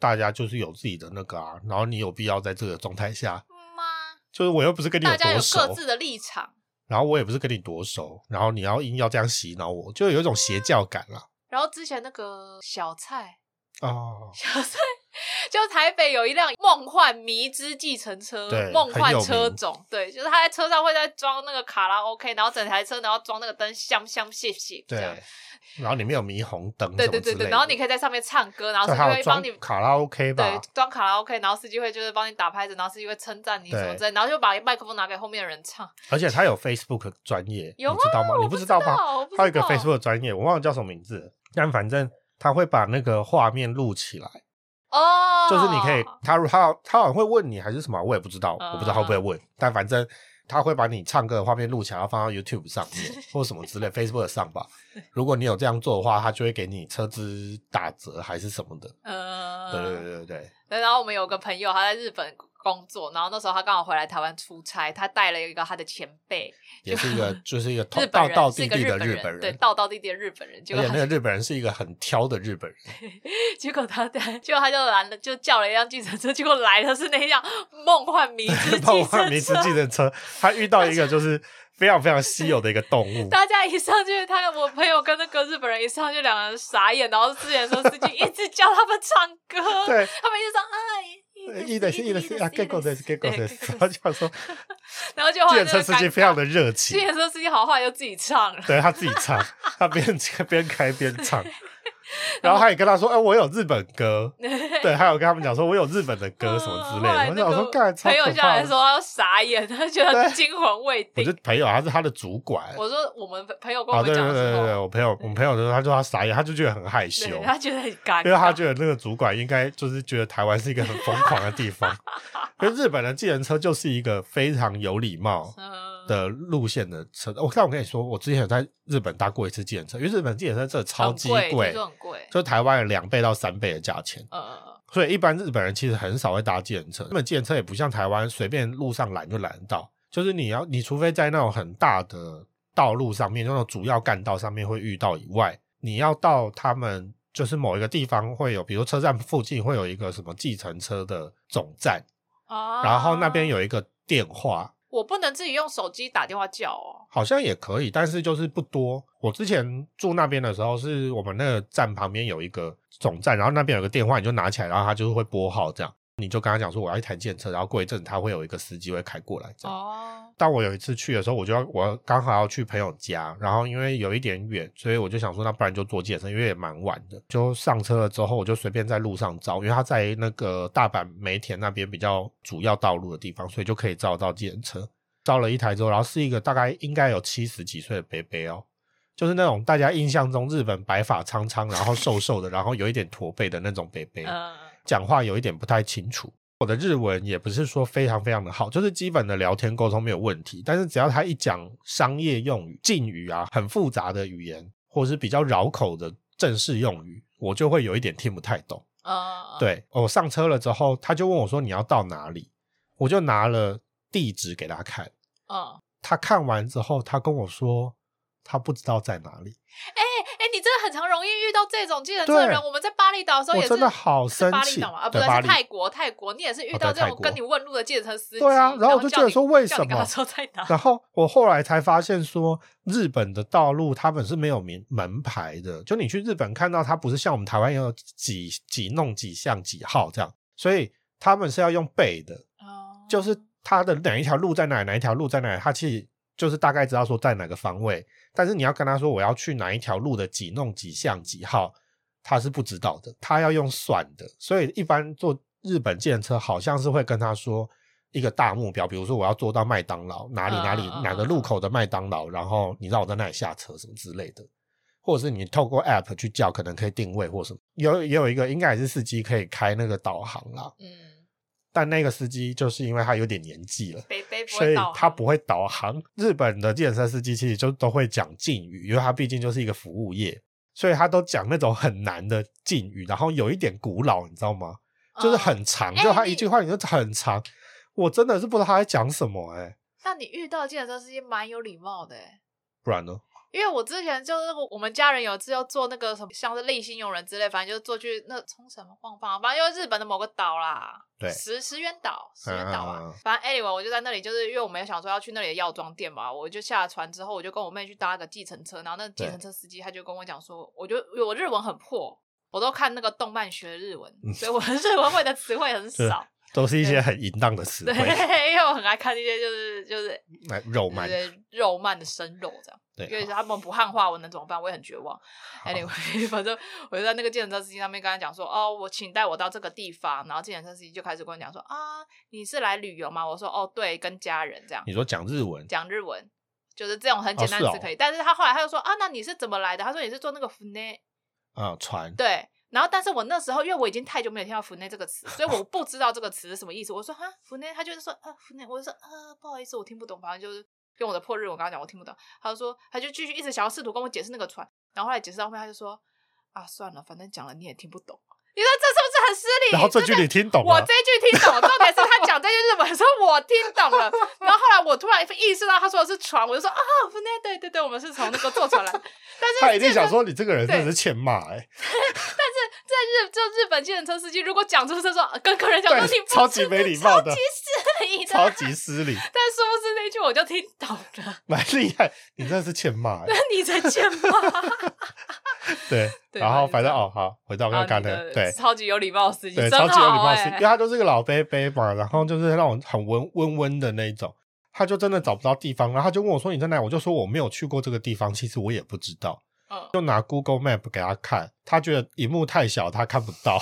Speaker 1: 大家就是有自己的那个啊，然后你有必要在这个状态下，
Speaker 2: 妈，
Speaker 1: 就是我又不是跟你
Speaker 2: 大家
Speaker 1: 多
Speaker 2: 有各
Speaker 1: 熟，
Speaker 2: 自的立场。
Speaker 1: 然后我也不是跟你多熟，然后你要硬要这样洗脑我，就有一种邪教感啊啦。
Speaker 2: 然后之前那个小蔡， *laughs*
Speaker 1: 哦，
Speaker 2: 小蔡就台北有一辆梦幻迷之计程车
Speaker 1: 对，
Speaker 2: 梦幻
Speaker 1: 很有
Speaker 2: 车
Speaker 1: 名
Speaker 2: 种，对，就是他在车上会在装那个卡拉 OK，然后整台车然后装那个灯，香香谢谢，
Speaker 1: 对
Speaker 2: 这样，
Speaker 1: 然后里面有霓虹灯，
Speaker 2: 对对对对，然后你可以在上面唱歌，然后司机
Speaker 1: 还有
Speaker 2: 会
Speaker 1: 装
Speaker 2: 帮你。
Speaker 1: 卡拉 OK
Speaker 2: 对
Speaker 1: 吧，，
Speaker 2: 装卡拉 OK，然后司机会就是帮你打拍子，然后司机会称赞你什么
Speaker 1: 对
Speaker 2: 之类，然后就把麦克风拿给后面的人唱。
Speaker 1: 而且它有 Facebook 专业，
Speaker 2: 有啊
Speaker 1: 你知道吗？你
Speaker 2: 我不
Speaker 1: 知道
Speaker 2: 知
Speaker 1: 吗？
Speaker 2: 道我不知
Speaker 1: 它
Speaker 2: 道
Speaker 1: 有一个 Facebook 专业，我忘了叫什么名字了，但反正它会把那个画面录起来。
Speaker 2: 哦，
Speaker 1: 就是你可以，他他他好像会问你还是什么，我也不知道，
Speaker 2: 嗯
Speaker 1: 我不知道他会不会问，但反正他会把你唱歌的画面录起来，然后放到 YouTube 上面或什么之
Speaker 2: *laughs*
Speaker 1: 类，Facebook 上吧。如果你有这样做的话，他就会给你车资打折还是什么的。
Speaker 2: 嗯，
Speaker 1: 对对对对对，
Speaker 2: 对，然后我们有个朋友，他在日本工作，然后那时候他刚好回来台湾出差，他带了一个他的前辈，
Speaker 1: 也是一
Speaker 2: *laughs*
Speaker 1: 个就是一个
Speaker 2: 日本
Speaker 1: 道
Speaker 2: 人，
Speaker 1: 道
Speaker 2: 是
Speaker 1: 地
Speaker 2: 一个
Speaker 1: 地的
Speaker 2: 本
Speaker 1: 日本
Speaker 2: 对，
Speaker 1: 人，
Speaker 2: 道道地地的日本人。结
Speaker 1: 而
Speaker 2: 果
Speaker 1: 且
Speaker 2: 他
Speaker 1: 那个日本人是一个很挑的日本
Speaker 2: *laughs*
Speaker 1: 人， *laughs*
Speaker 2: 结果他带，结果他就拦了，就叫了一辆计程车，结果来的是那辆梦幻迷之
Speaker 1: 包
Speaker 2: 计
Speaker 1: 括
Speaker 2: 程
Speaker 1: 迷之
Speaker 2: 车。
Speaker 1: 计程车，他遇到一个
Speaker 2: *laughs*
Speaker 1: 就是非常非常稀有的一个动物，
Speaker 2: 大家一上去，他我朋友跟那个日本人一上去，两人傻眼，然后之前说司机一直叫他们唱歌，
Speaker 1: 对
Speaker 2: 他们一直说啊，
Speaker 1: 一的是一的是啊，结果的是结果的是，然 *laughs* 后就想说，
Speaker 2: 然后就后
Speaker 1: 计程
Speaker 2: 来哦那
Speaker 1: 车
Speaker 2: 个
Speaker 1: 司机
Speaker 2: 尴
Speaker 1: 非常
Speaker 2: 尬
Speaker 1: 的热情
Speaker 2: 计，程车司机好坏又自己唱了。
Speaker 1: 对他自己唱，他边边开边唱，
Speaker 2: *laughs*
Speaker 1: 然后他也跟他说：“哎、我有日本歌。”对，还有跟他们讲说：“我有日本的歌什么之类
Speaker 2: 嗯后
Speaker 1: 的。”
Speaker 2: 来
Speaker 1: 我
Speaker 2: 那
Speaker 1: 想说，
Speaker 2: 个
Speaker 1: 干超
Speaker 2: 朋友
Speaker 1: 可
Speaker 2: 下
Speaker 1: 怕
Speaker 2: 来
Speaker 1: 的。
Speaker 2: 说他傻眼，他觉得
Speaker 1: 对
Speaker 2: 惊魂未
Speaker 1: 我
Speaker 2: 定
Speaker 1: 就。朋友，他是他的主管。
Speaker 2: 我说我们朋友跟我
Speaker 1: 啊，
Speaker 2: 们
Speaker 1: 对对
Speaker 2: 讲
Speaker 1: 对
Speaker 2: 的时
Speaker 1: 对对，
Speaker 2: 候，
Speaker 1: 我朋友，我们朋友就说，他说他傻眼，他就觉得很害羞，
Speaker 2: 对他觉得很尴尬，
Speaker 1: 因为他觉得那个主管应该就是觉得台湾是一
Speaker 2: *laughs*
Speaker 1: 个很疯狂的地方，因为日本的计程车就是一个非常有礼貌，
Speaker 2: 嗯
Speaker 1: 的路线的车。我、但我跟你说，我之前有在日本搭过一次计程车，因为日本计程车真的超
Speaker 2: 很
Speaker 1: 级
Speaker 2: 贵，
Speaker 1: 贵，
Speaker 2: 就很贵。
Speaker 1: 就台湾的两倍到三倍的价钱。
Speaker 2: 嗯嗯嗯，
Speaker 1: 所以一般日本人其实很少会搭计程车，日本计程车也不像台湾随便路上拦就拦得到，就是你要你除非在那种很大的道路上面，那种主要干道上面会遇到以外，你要到他们就是某一个地方会有，比如车站附近会有一个什么计程车的总站，
Speaker 2: 啊
Speaker 1: 然后那边有一个电话，
Speaker 2: 我不能自己用手机打电话叫哦。
Speaker 1: 好像也可以，但是就是不多。我之前住那边的时候，是我们那个站旁边有一个总站，然后那边有个电话，你就拿起来，然后他就是会拨号这样。你就跟他讲说我要一台电车，然后过一阵子他会有一个司机会开过来这样。
Speaker 2: 哦，
Speaker 1: 但我有一次去的时候，我就要我刚好要去朋友家，然后因为有一点远，所以我就想说那不然就坐计程车，因为也蛮晚的。就上车了之后，我就随便在路上找，因为他在那个大阪梅田那边比较主要道路的地方，所以就可以招到计程车。招了一台之后，然后是一个大概应该有七十几岁的伯伯哦，就是那种大家印象中日本白发苍苍，然后瘦瘦的，然后有一点驼背的那种伯伯。
Speaker 2: 嗯，
Speaker 1: 讲话有一点不太清楚。我的日文也不是说非常非常的好，就是基本的聊天沟通没有问题。但是只要他一讲商业用语、敬语啊，很复杂的语言，或者是比较绕口的正式用语，我就会有一点听不太懂。
Speaker 2: 嗯，嗯，
Speaker 1: 对哦我上车了之后，他就问我说你要到哪里，我就拿了地址给他看。
Speaker 2: 嗯，
Speaker 1: 他看完之后，他跟我说他不知道在哪里。
Speaker 2: 哎，你真的很常容易遇到这种计程车的人。
Speaker 1: 对
Speaker 2: 我们在巴厘岛的时候
Speaker 1: 我
Speaker 2: 也是，
Speaker 1: 真的好
Speaker 2: 是
Speaker 1: 生
Speaker 2: 巴厘
Speaker 1: 气
Speaker 2: 岛嘛，啊，不
Speaker 1: 对
Speaker 2: 是
Speaker 1: 巴
Speaker 2: 是
Speaker 1: 黎
Speaker 2: 泰国，泰国你也是遇
Speaker 1: 哦
Speaker 2: 到
Speaker 1: 对
Speaker 2: 这
Speaker 1: 泰
Speaker 2: 种
Speaker 1: 国
Speaker 2: 跟你问路的计程车司机，
Speaker 1: 对啊然后
Speaker 2: 后
Speaker 1: 我就
Speaker 2: 叫
Speaker 1: 觉得
Speaker 2: 你
Speaker 1: 说为
Speaker 2: 叫你
Speaker 1: 什
Speaker 2: 跟他
Speaker 1: 么
Speaker 2: 说在哪？
Speaker 1: *laughs* 然后我后来才发现说，日本的道路他们是没有名门牌的，就你去日本看到它不是像我们台湾有几几弄几巷几号这样，所以他们是要用背的，
Speaker 2: 哦
Speaker 1: 就是它的哪一条路在哪里，哪一条路在哪里，它其实就是大概知道说在哪个方位，但是你要跟他说我要去哪一条路的几弄几巷几号，他是不知道的，他要用算的，所以一般坐日本建车好像是会跟他说一个大目标，比如说我要坐到麦当劳哪里哪里
Speaker 2: 嗯嗯嗯
Speaker 1: 哪个路口的麦当劳，然后你让我在那里下车什么之类的，或者是你透过 app 去叫，可能可以定位或什么。有也有一个应该也是司机可以开那个导航啦，
Speaker 2: 嗯，
Speaker 1: 但那个司机就是因为他有点年纪了。
Speaker 2: 北北不
Speaker 1: 所
Speaker 2: 会
Speaker 1: 以
Speaker 2: 到，
Speaker 1: 他不会导航。日本的计程车司机其实就都会讲敬语，因为他毕竟就是一个服务业，所以他都讲那种很难的敬语，然后有一点古老，你知道吗？就是
Speaker 2: 嗯
Speaker 1: 很长，
Speaker 2: 哎
Speaker 1: 就他一
Speaker 2: 你
Speaker 1: 句话你就很长，我真的是不知道他在讲什么哎、
Speaker 2: 但你遇到计程车司机蛮有礼貌的欸、
Speaker 1: 不然呢？
Speaker 2: 因为我之前就是那个我们家人有一次要坐那个什么，像是类新佣人之类，反正就是坐去那冲绳嘛晃晃，反正就是日本的某个岛啦，
Speaker 1: 对
Speaker 2: 石石原岛，石原岛吧。
Speaker 1: 嗯嗯嗯
Speaker 2: 反正 anyway，我就在那里，就是因为我们也想说要去那里的药妆店嘛，我就下了船之后，我就跟我妹去搭个计程车，然后那个计程车司机他就跟我讲说，我就我日文很破，我都看那个动漫学日文，
Speaker 1: 嗯
Speaker 2: 所以我 *laughs* 的日文会的词汇很
Speaker 1: 是
Speaker 2: 少，
Speaker 1: 都是一些很淫荡的词
Speaker 2: 对，
Speaker 1: 汇，
Speaker 2: 因为我很爱看一些就是就是
Speaker 1: 来肉
Speaker 2: 对
Speaker 1: 漫。
Speaker 2: 对肉漫的生肉这样。
Speaker 1: 对
Speaker 2: 因为他们不汉化，我能怎么办？我也很绝望。Anyway，反 *laughs* 正我就在那个计程车司机上面跟他讲说，哦，我请带我到这个地方。然后计程车司机就开始跟我讲说，啊，你是来旅游吗？我说，哦，对，跟家人这样
Speaker 1: 你说讲日文，
Speaker 2: 讲日文，就是这种很简单
Speaker 1: 嗯哦是
Speaker 2: 的词
Speaker 1: 哦
Speaker 2: 可以。但是他后来他就说，啊，那你是怎么来的？他说你是坐那个福内，
Speaker 1: 啊、船，
Speaker 2: 对。然后，但是我那时候因为我已经太久没有听到“福内”这个词，所以我不知道这个词是什么意思。我说哈，福内，他就是说啊，福内，我就说啊，不好意思，我听不懂，反正就是用我的破日文我跟他讲我听不懂。他就说，他就继续一直想要试图跟我解释那个船，然后后来解释到后面他就说啊，算了，反正讲了你也听不懂。你说这是不是很失礼？
Speaker 1: 然后这句
Speaker 2: 真的
Speaker 1: 你听懂
Speaker 2: 我
Speaker 1: 了
Speaker 2: 这，一句听懂，重点是他讲这句日本说我听懂了，然后后来我突然意识到他说的是船，我就说啊，福内，对对对，我们是从那个坐船来的。但是
Speaker 1: 他一定
Speaker 2: 这个
Speaker 1: 想说你这个人真的
Speaker 2: 对
Speaker 1: 是欠骂哎、
Speaker 2: 但是在日就日本计程车司机，如果讲出这种跟客人讲说
Speaker 1: 对
Speaker 2: 你不
Speaker 1: 超级
Speaker 2: 知道
Speaker 1: 没礼貌的
Speaker 2: 超级失礼的，
Speaker 1: 超级失礼，
Speaker 2: 但殊不知那句我就听懂了，
Speaker 1: 蛮厉害，你真的是欠骂哎、
Speaker 2: 那你在
Speaker 1: *laughs*
Speaker 2: 贱吗？
Speaker 1: 对，
Speaker 2: *laughs* 对
Speaker 1: 然
Speaker 2: 反
Speaker 1: 后
Speaker 2: 正
Speaker 1: 反
Speaker 2: 这
Speaker 1: 正
Speaker 2: 样
Speaker 1: 哦，好，回到刚
Speaker 2: 啊
Speaker 1: 刚
Speaker 2: 你
Speaker 1: 的
Speaker 2: 的
Speaker 1: 对。
Speaker 2: 超级有礼貌的司机，
Speaker 1: 对，
Speaker 2: 真
Speaker 1: 超级有礼貌
Speaker 2: 好
Speaker 1: 的事，因为
Speaker 2: 欸
Speaker 1: 他就是个老伯伯嘛，然后就是那种很温温温的那一种，他就真的找不到地方，然后他就问我说你在哪？我就说我没有去过这个地方，其实我也不知道，
Speaker 2: 嗯
Speaker 1: 就拿 Google Map 给他看，他觉得荧幕太小，他看不到，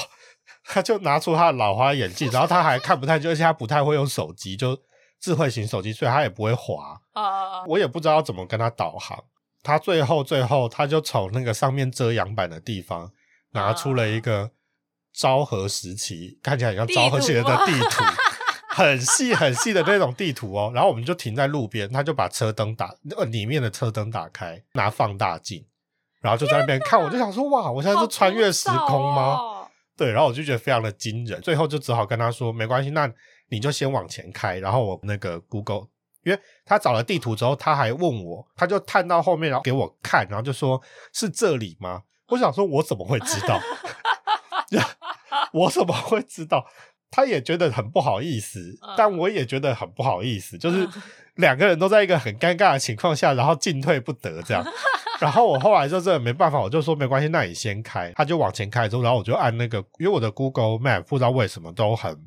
Speaker 1: 他就拿出他的老花眼镜，然后他还看不太清，而且他不太会用手机，就智慧型手机，所以他也不会滑，
Speaker 2: 啊啊啊
Speaker 1: 我也不知道怎么跟他导航。他最后最后，他就从那个上面遮阳板的地方
Speaker 2: 啊 *laughs*
Speaker 1: 拿出了一个昭和时期看起来很像昭和时期的地图，很细很细的那种地图哦。然后我们就停在路边，他就把车灯打呃里面的车灯打开，拿放大镜，然后就在那边看。我就想说，哇，我现在
Speaker 2: 好
Speaker 1: 是穿越
Speaker 2: 古
Speaker 1: 时空吗？
Speaker 2: 早哦
Speaker 1: 对，然后我就觉得非常的惊人，最后就只好跟他说没关系，那你就先往前开，然后我那个 Google，因为他找了地图之后，他还问我，他就探到后面，然后给我看，然后就说是这里吗？我想说，我怎么会知道？ *laughs* 我怎么会知道？他也觉得很不好意思
Speaker 2: 嗯，
Speaker 1: 但我也觉得很不好意思，就是 *laughs* 两个人都在一个很尴尬的情况下，然后进退不得这样。然后我后来就真的没办法，我就说没关系，那你先开，他就往前开之后，然后我就按那个，因为我的 Google Map 不知道为什么都很，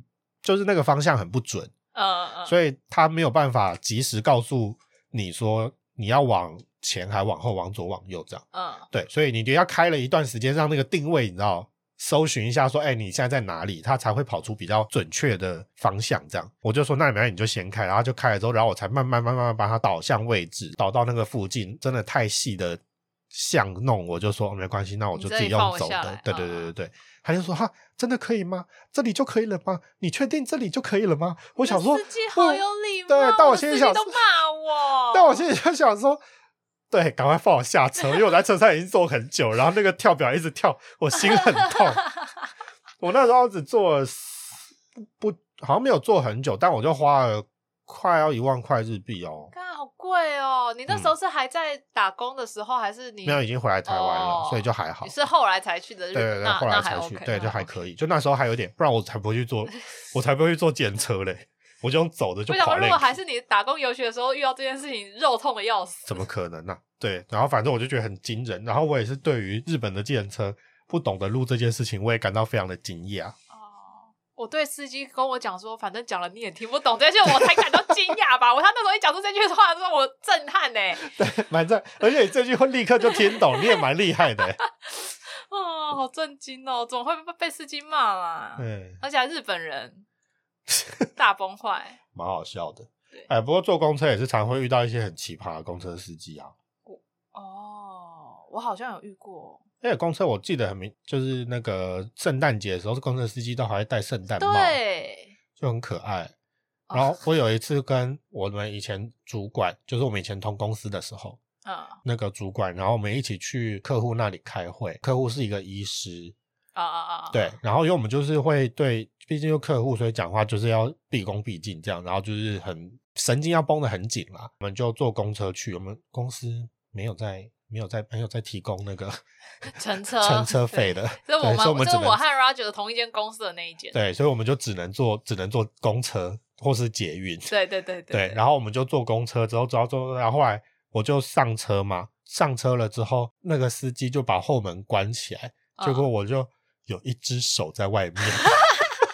Speaker 1: 就是那个方向很不准，
Speaker 2: 嗯嗯，以
Speaker 1: 所以他没有办法及时告诉你说你要往前还往后、往左、往右这样。
Speaker 2: 嗯
Speaker 1: 对，所以你就要开了一段时间，让那个定位你知道搜寻一下说，哎、你现在在哪里，它才会跑出比较准确的方向。这样，我就说那没关系，你就先开，然后就开了之后，然后我才慢慢慢慢慢慢把它导向位置，导到那个附近，真的太细的。巷弄，我就说、哦没关系，那我就
Speaker 2: 你
Speaker 1: 自
Speaker 2: 这
Speaker 1: 己
Speaker 2: 里
Speaker 1: 用
Speaker 2: 放我
Speaker 1: 走
Speaker 2: 下
Speaker 1: 的
Speaker 2: 来。
Speaker 1: 对对对对对，他就说哈，真的可以吗？这里就可以了吗？你确定这里就可以了吗？我想说，哦
Speaker 2: 司机好
Speaker 1: 不
Speaker 2: 有礼貌，
Speaker 1: 对，但
Speaker 2: 我
Speaker 1: 我
Speaker 2: 的
Speaker 1: 心
Speaker 2: 司
Speaker 1: 里
Speaker 2: 机
Speaker 1: 想
Speaker 2: 都
Speaker 1: 说
Speaker 2: 骂
Speaker 1: *laughs*
Speaker 2: 我，
Speaker 1: 但我现在就想说，对，赶快放我下车，因为我在车上已经坐很久，然后那个跳表一直跳，我心很
Speaker 2: *laughs*
Speaker 1: 痛。我那时候只坐了四不好像没有坐很久，但我就花了快要一万块日币哦，
Speaker 2: 看好贵哦！你那时候是还在打工的时候，还是你
Speaker 1: 嗯没有已经回来台湾了，
Speaker 2: 嗯哦
Speaker 1: 所以就还好
Speaker 2: 你。是后来才去的日
Speaker 1: 对
Speaker 2: 本？
Speaker 1: 对对，
Speaker 2: 那
Speaker 1: 后来
Speaker 2: 那
Speaker 1: 才
Speaker 2: 还
Speaker 1: 去
Speaker 2: OK，
Speaker 1: 对，就
Speaker 2: 那
Speaker 1: 还可以。就那时候还有点，不然我才不会去坐，我才不会去坐检车嘞，我就用走的就
Speaker 2: 我想
Speaker 1: 跑
Speaker 2: 说，
Speaker 1: 嘞
Speaker 2: 啊如。果还是你打工游学的时候遇到这件事情，肉痛的要死。
Speaker 1: 怎么可能呢、啊对，然后反正我就觉得很惊人，然后我也是对于日本的计程车不懂得路这件事情，我也感到非常的惊讶。 *laughs*
Speaker 2: 哦，我对司机跟我讲说，反正讲了你也听不懂这些，我才感到惊讶吧。我他那时候一讲出这句话的时候，我震撼欸呢、
Speaker 1: 蛮正，而且你这句话立刻就听懂，你也蛮厉害的。欸
Speaker 2: 哦，好震惊哦，怎么会被被司机骂啦？
Speaker 1: *laughs* 嗯，
Speaker 2: 而且还日
Speaker 1: *laughs*
Speaker 2: 本人大崩坏。
Speaker 1: 蛮好笑的
Speaker 2: 对。
Speaker 1: 哎，不过坐公车也是常会遇到一些很奇葩的公车司机啊。
Speaker 2: 哦，我好像有遇过。
Speaker 1: 而且公车我记得很明，就是那个圣诞节的时候，公车司机都还会戴圣诞帽，
Speaker 2: 对，
Speaker 1: 就很可爱。
Speaker 2: 哦
Speaker 1: 然后我有一次跟我们以前主管，就是我们以前同公司的时候，
Speaker 2: 嗯
Speaker 1: 那个主管，然后我们一起去客户那里开会。客户是一个医师，
Speaker 2: 啊啊啊啊！
Speaker 1: 对，然后因为我们就是会对，毕竟就客户，所以讲话就是要毕恭毕敬这样，然后就是很神经要绷得很紧啦。我们就坐公车去，我们公司没有在没有在没有在提供那 *laughs* 个
Speaker 2: 乘车
Speaker 1: 乘车费的，
Speaker 2: 这我
Speaker 1: 哦对所以我
Speaker 2: 们
Speaker 1: 们
Speaker 2: 这
Speaker 1: 只
Speaker 2: 是
Speaker 1: 能
Speaker 2: 我和 Roger 的同一间公司的那一间。
Speaker 1: 对，所以我们就只能坐只能坐公车或是捷运。
Speaker 2: 对对对
Speaker 1: 对，然后我们就坐公车，之后之后之后，然后后来我就上车嘛，上车了之后，那个司机就把后门关起来，结果
Speaker 2: 嗯
Speaker 1: 我就有一只手在外
Speaker 2: *laughs*
Speaker 1: 面，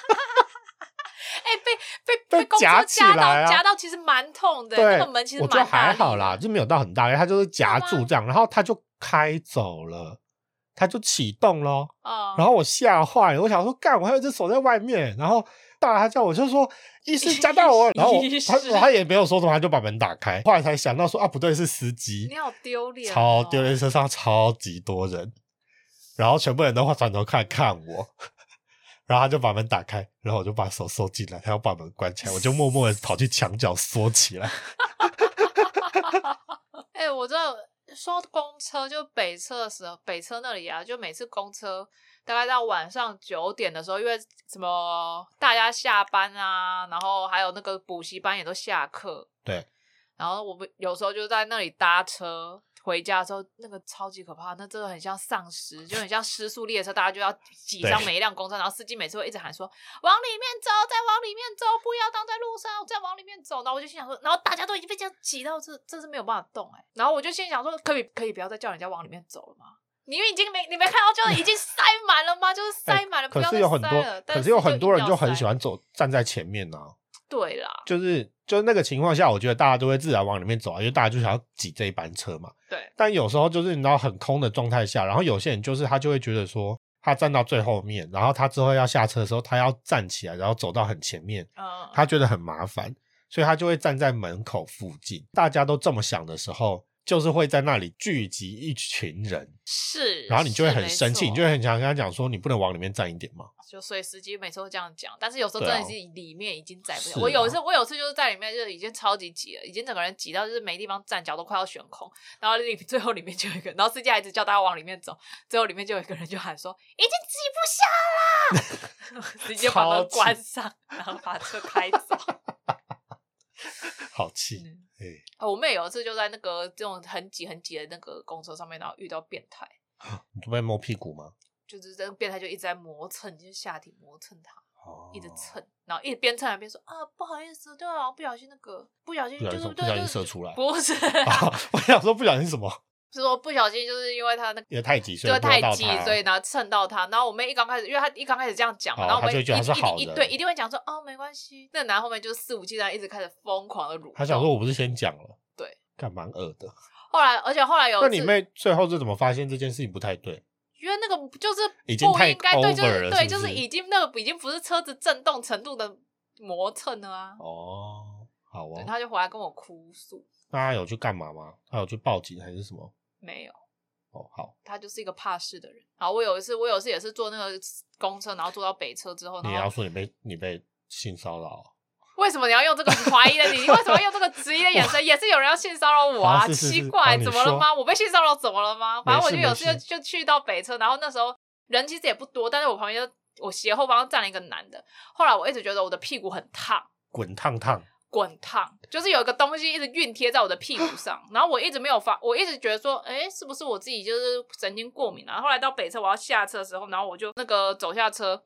Speaker 2: 哎、被被
Speaker 1: 被
Speaker 2: 公车
Speaker 1: 夹
Speaker 2: 夹
Speaker 1: 起来啊
Speaker 2: 到夹到其实蛮痛的，
Speaker 1: 对，
Speaker 2: 那个门其实
Speaker 1: 我
Speaker 2: 蛮
Speaker 1: 觉得
Speaker 2: 大
Speaker 1: 还
Speaker 2: 力
Speaker 1: 好啦，
Speaker 2: 的啊
Speaker 1: 就没有到很大力，他就是夹
Speaker 2: 吗
Speaker 1: 住这样，然后他就开走了，他就启动咯。
Speaker 2: 嗯，
Speaker 1: 然后我吓坏了，我想说干，我还有一只手在外面，然后大他叫我就说医师夹到我了，然后我
Speaker 2: 医
Speaker 1: 他
Speaker 2: 师
Speaker 1: 他也没有说什么，他就把门打开，后来才想到说啊不对是司机，
Speaker 2: 你好丢脸、哦
Speaker 1: 超丢。脸，车上超级多人，然后全部人都转头看看我， *laughs* 然后他就把门打开，然后我就把手收进来，他要把门关起来，我就默默的跑去墙角缩起
Speaker 2: *laughs*
Speaker 1: 来。
Speaker 2: 哎、我知道说到公车就北车的时候，北车那里啊，就每次公车大概到晚上九点的时候，因为什么大家下班啊，然后还有那个补习班也都下课，
Speaker 1: 对，
Speaker 2: 然后我们有时候就在那里搭车。回家的时候，那个超级可怕，那真的很像丧尸，就很像失速列车，大家就要挤上
Speaker 1: 对
Speaker 2: 每一辆公车，然后司机每次会一直喊说：“往里面走，再往里面走，不要挡在路上，再往里面走。然后我就心想说，然后大家都已经被这样挤到这，这是没有办法动哎、然后我就心想说，可以可以不要再叫人家往里面走了吗？你们已经没你没看到，就是已经塞满了吗？就是塞满了，不
Speaker 1: 哎可
Speaker 2: 要
Speaker 1: 是
Speaker 2: 再
Speaker 1: 有很
Speaker 2: 塞了。
Speaker 1: 多，
Speaker 2: 但
Speaker 1: 可是有
Speaker 2: 就
Speaker 1: 很多人就很喜
Speaker 2: 一
Speaker 1: 欢走站在前面呢、
Speaker 2: 定要塞。对啦，
Speaker 1: 就是就是那个情况下，我觉得大家都会自然往里面走啊，因为大家就想要挤这一班车嘛。
Speaker 2: 对，
Speaker 1: 但有时候就是你知道很空的状态下，然后有些人就是他就会觉得说。他站到最后面，然后他之后要下车的时候，他要站起来，然后走到很前面，
Speaker 2: 嗯，
Speaker 1: 他觉得很麻烦，所以他就会站在门口附近。大家都这么想的时候，就是会在那里聚集一群人，
Speaker 2: 是，
Speaker 1: 然后你就会很生气，
Speaker 2: 是
Speaker 1: 你就会很想跟他讲说，你不能往里面站一点吗？
Speaker 2: 就所以司机每次都这样讲，但是有时候真
Speaker 1: 对啊
Speaker 2: 的是里面已经载不了。
Speaker 1: 是
Speaker 2: 我有一次，
Speaker 1: 啊
Speaker 2: 我有一次就是在里面就是已经超级挤了，已经整个人挤到就是没地方站，脚都快要悬空。然后里最后里面就有一个人，然后司机还一直叫大家往里面走，最后里面就有一个人就喊说已
Speaker 1: *laughs*
Speaker 2: 经挤不下啦，直接把门关上，然后把车开走。
Speaker 1: 好气，
Speaker 2: 嗯
Speaker 1: 哎、
Speaker 2: 啊我妹有一次就在那个这种很挤很挤的那个公车上面，然后遇到变态，
Speaker 1: 你都被摸屁股吗？
Speaker 2: 就是这个变态就一直在磨蹭，就是下体磨蹭她。
Speaker 1: 哦
Speaker 2: 一直蹭，然后一边蹭一边说啊，不好意思，对啊，我不小心那个，不小心
Speaker 1: 不小
Speaker 2: 就
Speaker 1: 心
Speaker 2: 是
Speaker 1: 射
Speaker 2: 对
Speaker 1: 不小
Speaker 2: 就
Speaker 1: 心
Speaker 2: 是
Speaker 1: 射出来
Speaker 2: 不是啊，
Speaker 1: 啊我想说不小心什么，
Speaker 2: 是说不小心就是因为他
Speaker 1: *laughs*
Speaker 2: 那个。
Speaker 1: 也太急，所
Speaker 2: 就
Speaker 1: 以
Speaker 2: 是太
Speaker 1: 摸到
Speaker 2: 急
Speaker 1: 他，
Speaker 2: 所以呢蹭到他。然后我妹一刚开始，因为她一刚开始这样讲嘛，
Speaker 1: 哦
Speaker 2: 然后我
Speaker 1: 她就
Speaker 2: 妹
Speaker 1: 会
Speaker 2: 一
Speaker 1: 觉得她是好
Speaker 2: 一定
Speaker 1: 人
Speaker 2: 对一定会讲说哦没关系。那男后面就肆无忌惮，一直开始疯狂的辱。
Speaker 1: 他想说，我不是先讲了，
Speaker 2: 对，
Speaker 1: 干蛮恶的。
Speaker 2: 后来而且后来有
Speaker 1: 那
Speaker 2: 一
Speaker 1: 你
Speaker 2: 次
Speaker 1: 妹最后是怎么发现这件事情不太对？
Speaker 2: 因为那个就是
Speaker 1: 已经
Speaker 2: 不
Speaker 1: 太
Speaker 2: 应该对，就
Speaker 1: over 了
Speaker 2: 对，
Speaker 1: 是
Speaker 2: 就
Speaker 1: 不
Speaker 2: 是
Speaker 1: 是
Speaker 2: 已经那个已经不是车子震动程度的磨蹭了啊。
Speaker 1: 哦，好
Speaker 2: 对，
Speaker 1: 哦，
Speaker 2: 他就回来跟我哭诉，
Speaker 1: 那他有去干嘛吗？他有去报警还是什么？
Speaker 2: 没有。
Speaker 1: 哦，好，
Speaker 2: 他就是一个怕事的人。好，我有一次，我有一次也是坐那个公车，然后坐到北车之后，
Speaker 1: 你也要
Speaker 2: 然后
Speaker 1: 说你被你被性骚扰，
Speaker 2: 为什么你要用这个怀疑的你？你为什么要用这个质疑
Speaker 1: *laughs*
Speaker 2: 的眼神？也是有人要性骚扰我啊！
Speaker 1: 啊是是是
Speaker 2: 奇怪，
Speaker 1: 好你
Speaker 2: 怎么了吗？我被性骚扰怎么了吗？反正我就
Speaker 1: 没事
Speaker 2: 有次
Speaker 1: 没事
Speaker 2: 就就去到北车，然后那时候人其实也不多，但是我旁边就我斜后方站了一个男的。后来我一直觉得我的屁股很烫。
Speaker 1: 滚烫
Speaker 2: *laughs*
Speaker 1: 烫，
Speaker 2: 滚烫，就是有一个东西一直熨贴在我的屁股上，然后我一直没有发，我一直觉得说，哎，是不是我自己就是神经过敏啊？后来到北车我要下车的时候，然后我就那个走下车，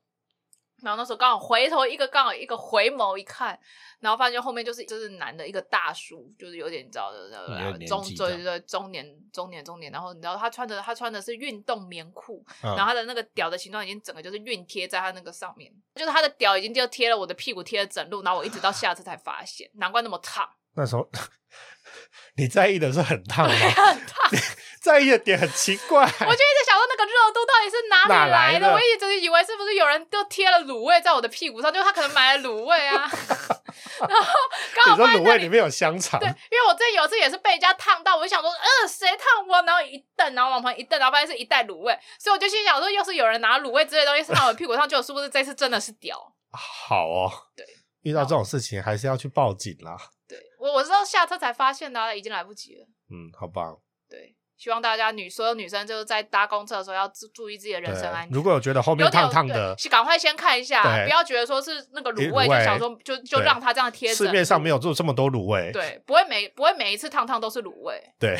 Speaker 2: 然后那时候刚好回头一个刚好一个回眸一看，然后发现后面就是就是男的一个大叔，就是有点你知道的
Speaker 1: 嗯有点年
Speaker 2: 中
Speaker 1: 纪
Speaker 2: 对
Speaker 1: 这样
Speaker 2: 对对中年中年中年，然后你知道他穿的他穿的是运动棉裤，
Speaker 1: 嗯、
Speaker 2: 然后他的那个屌的形状已经整个就是熨贴在他那个上面，就是他的屌已经就贴了我的屁股贴了整路，然后我一直到下次才发现，难怪那么烫， *laughs*
Speaker 1: 那时候 *laughs* 你在意的是很烫
Speaker 2: 对，
Speaker 1: 吗？
Speaker 2: 很烫。
Speaker 1: 在意的点很奇怪，
Speaker 2: 我就一直想说那个热度到底是哪
Speaker 1: 哪
Speaker 2: 里
Speaker 1: 来
Speaker 2: 来的，
Speaker 1: 的
Speaker 2: 我一直以为是不是有人就贴了卤味在我的屁股上，就他可能买了卤味啊， *laughs* 然后刚
Speaker 1: 你
Speaker 2: 好
Speaker 1: 说
Speaker 2: 发现
Speaker 1: 卤
Speaker 2: 那
Speaker 1: 味
Speaker 2: 里
Speaker 1: 里面有香肠
Speaker 2: 对，，因为我之前有一次也是被人家烫到，我就想说，呃，谁烫我？然后一瞪，然后往旁边一瞪，然后发现是一袋卤味，所以我就心想说，要是有人拿卤味之类的东西上我屁股上，就是不是这次真的是屌？
Speaker 1: 好哦，
Speaker 2: 对，
Speaker 1: 遇到这种事情还是要去报警啦。
Speaker 2: 对我我是到下车才发现的啊、已经来不及了。
Speaker 1: 嗯，好吧，
Speaker 2: 对，希望大家女所有女生就是在搭公车的时候要注注意自己的人身安全。
Speaker 1: 如果有觉得后
Speaker 2: 有
Speaker 1: 面
Speaker 2: 点
Speaker 1: 烫烫的
Speaker 2: 对，是赶快先看一下，
Speaker 1: 对
Speaker 2: 不要觉得说是那个卤
Speaker 1: 卤味
Speaker 2: 味，就想说就就
Speaker 1: 对
Speaker 2: 让它这样贴着。嗯
Speaker 1: 市面上没有做这么多卤味，
Speaker 2: 对，不会每不会每一次烫烫都是卤味。
Speaker 1: 对，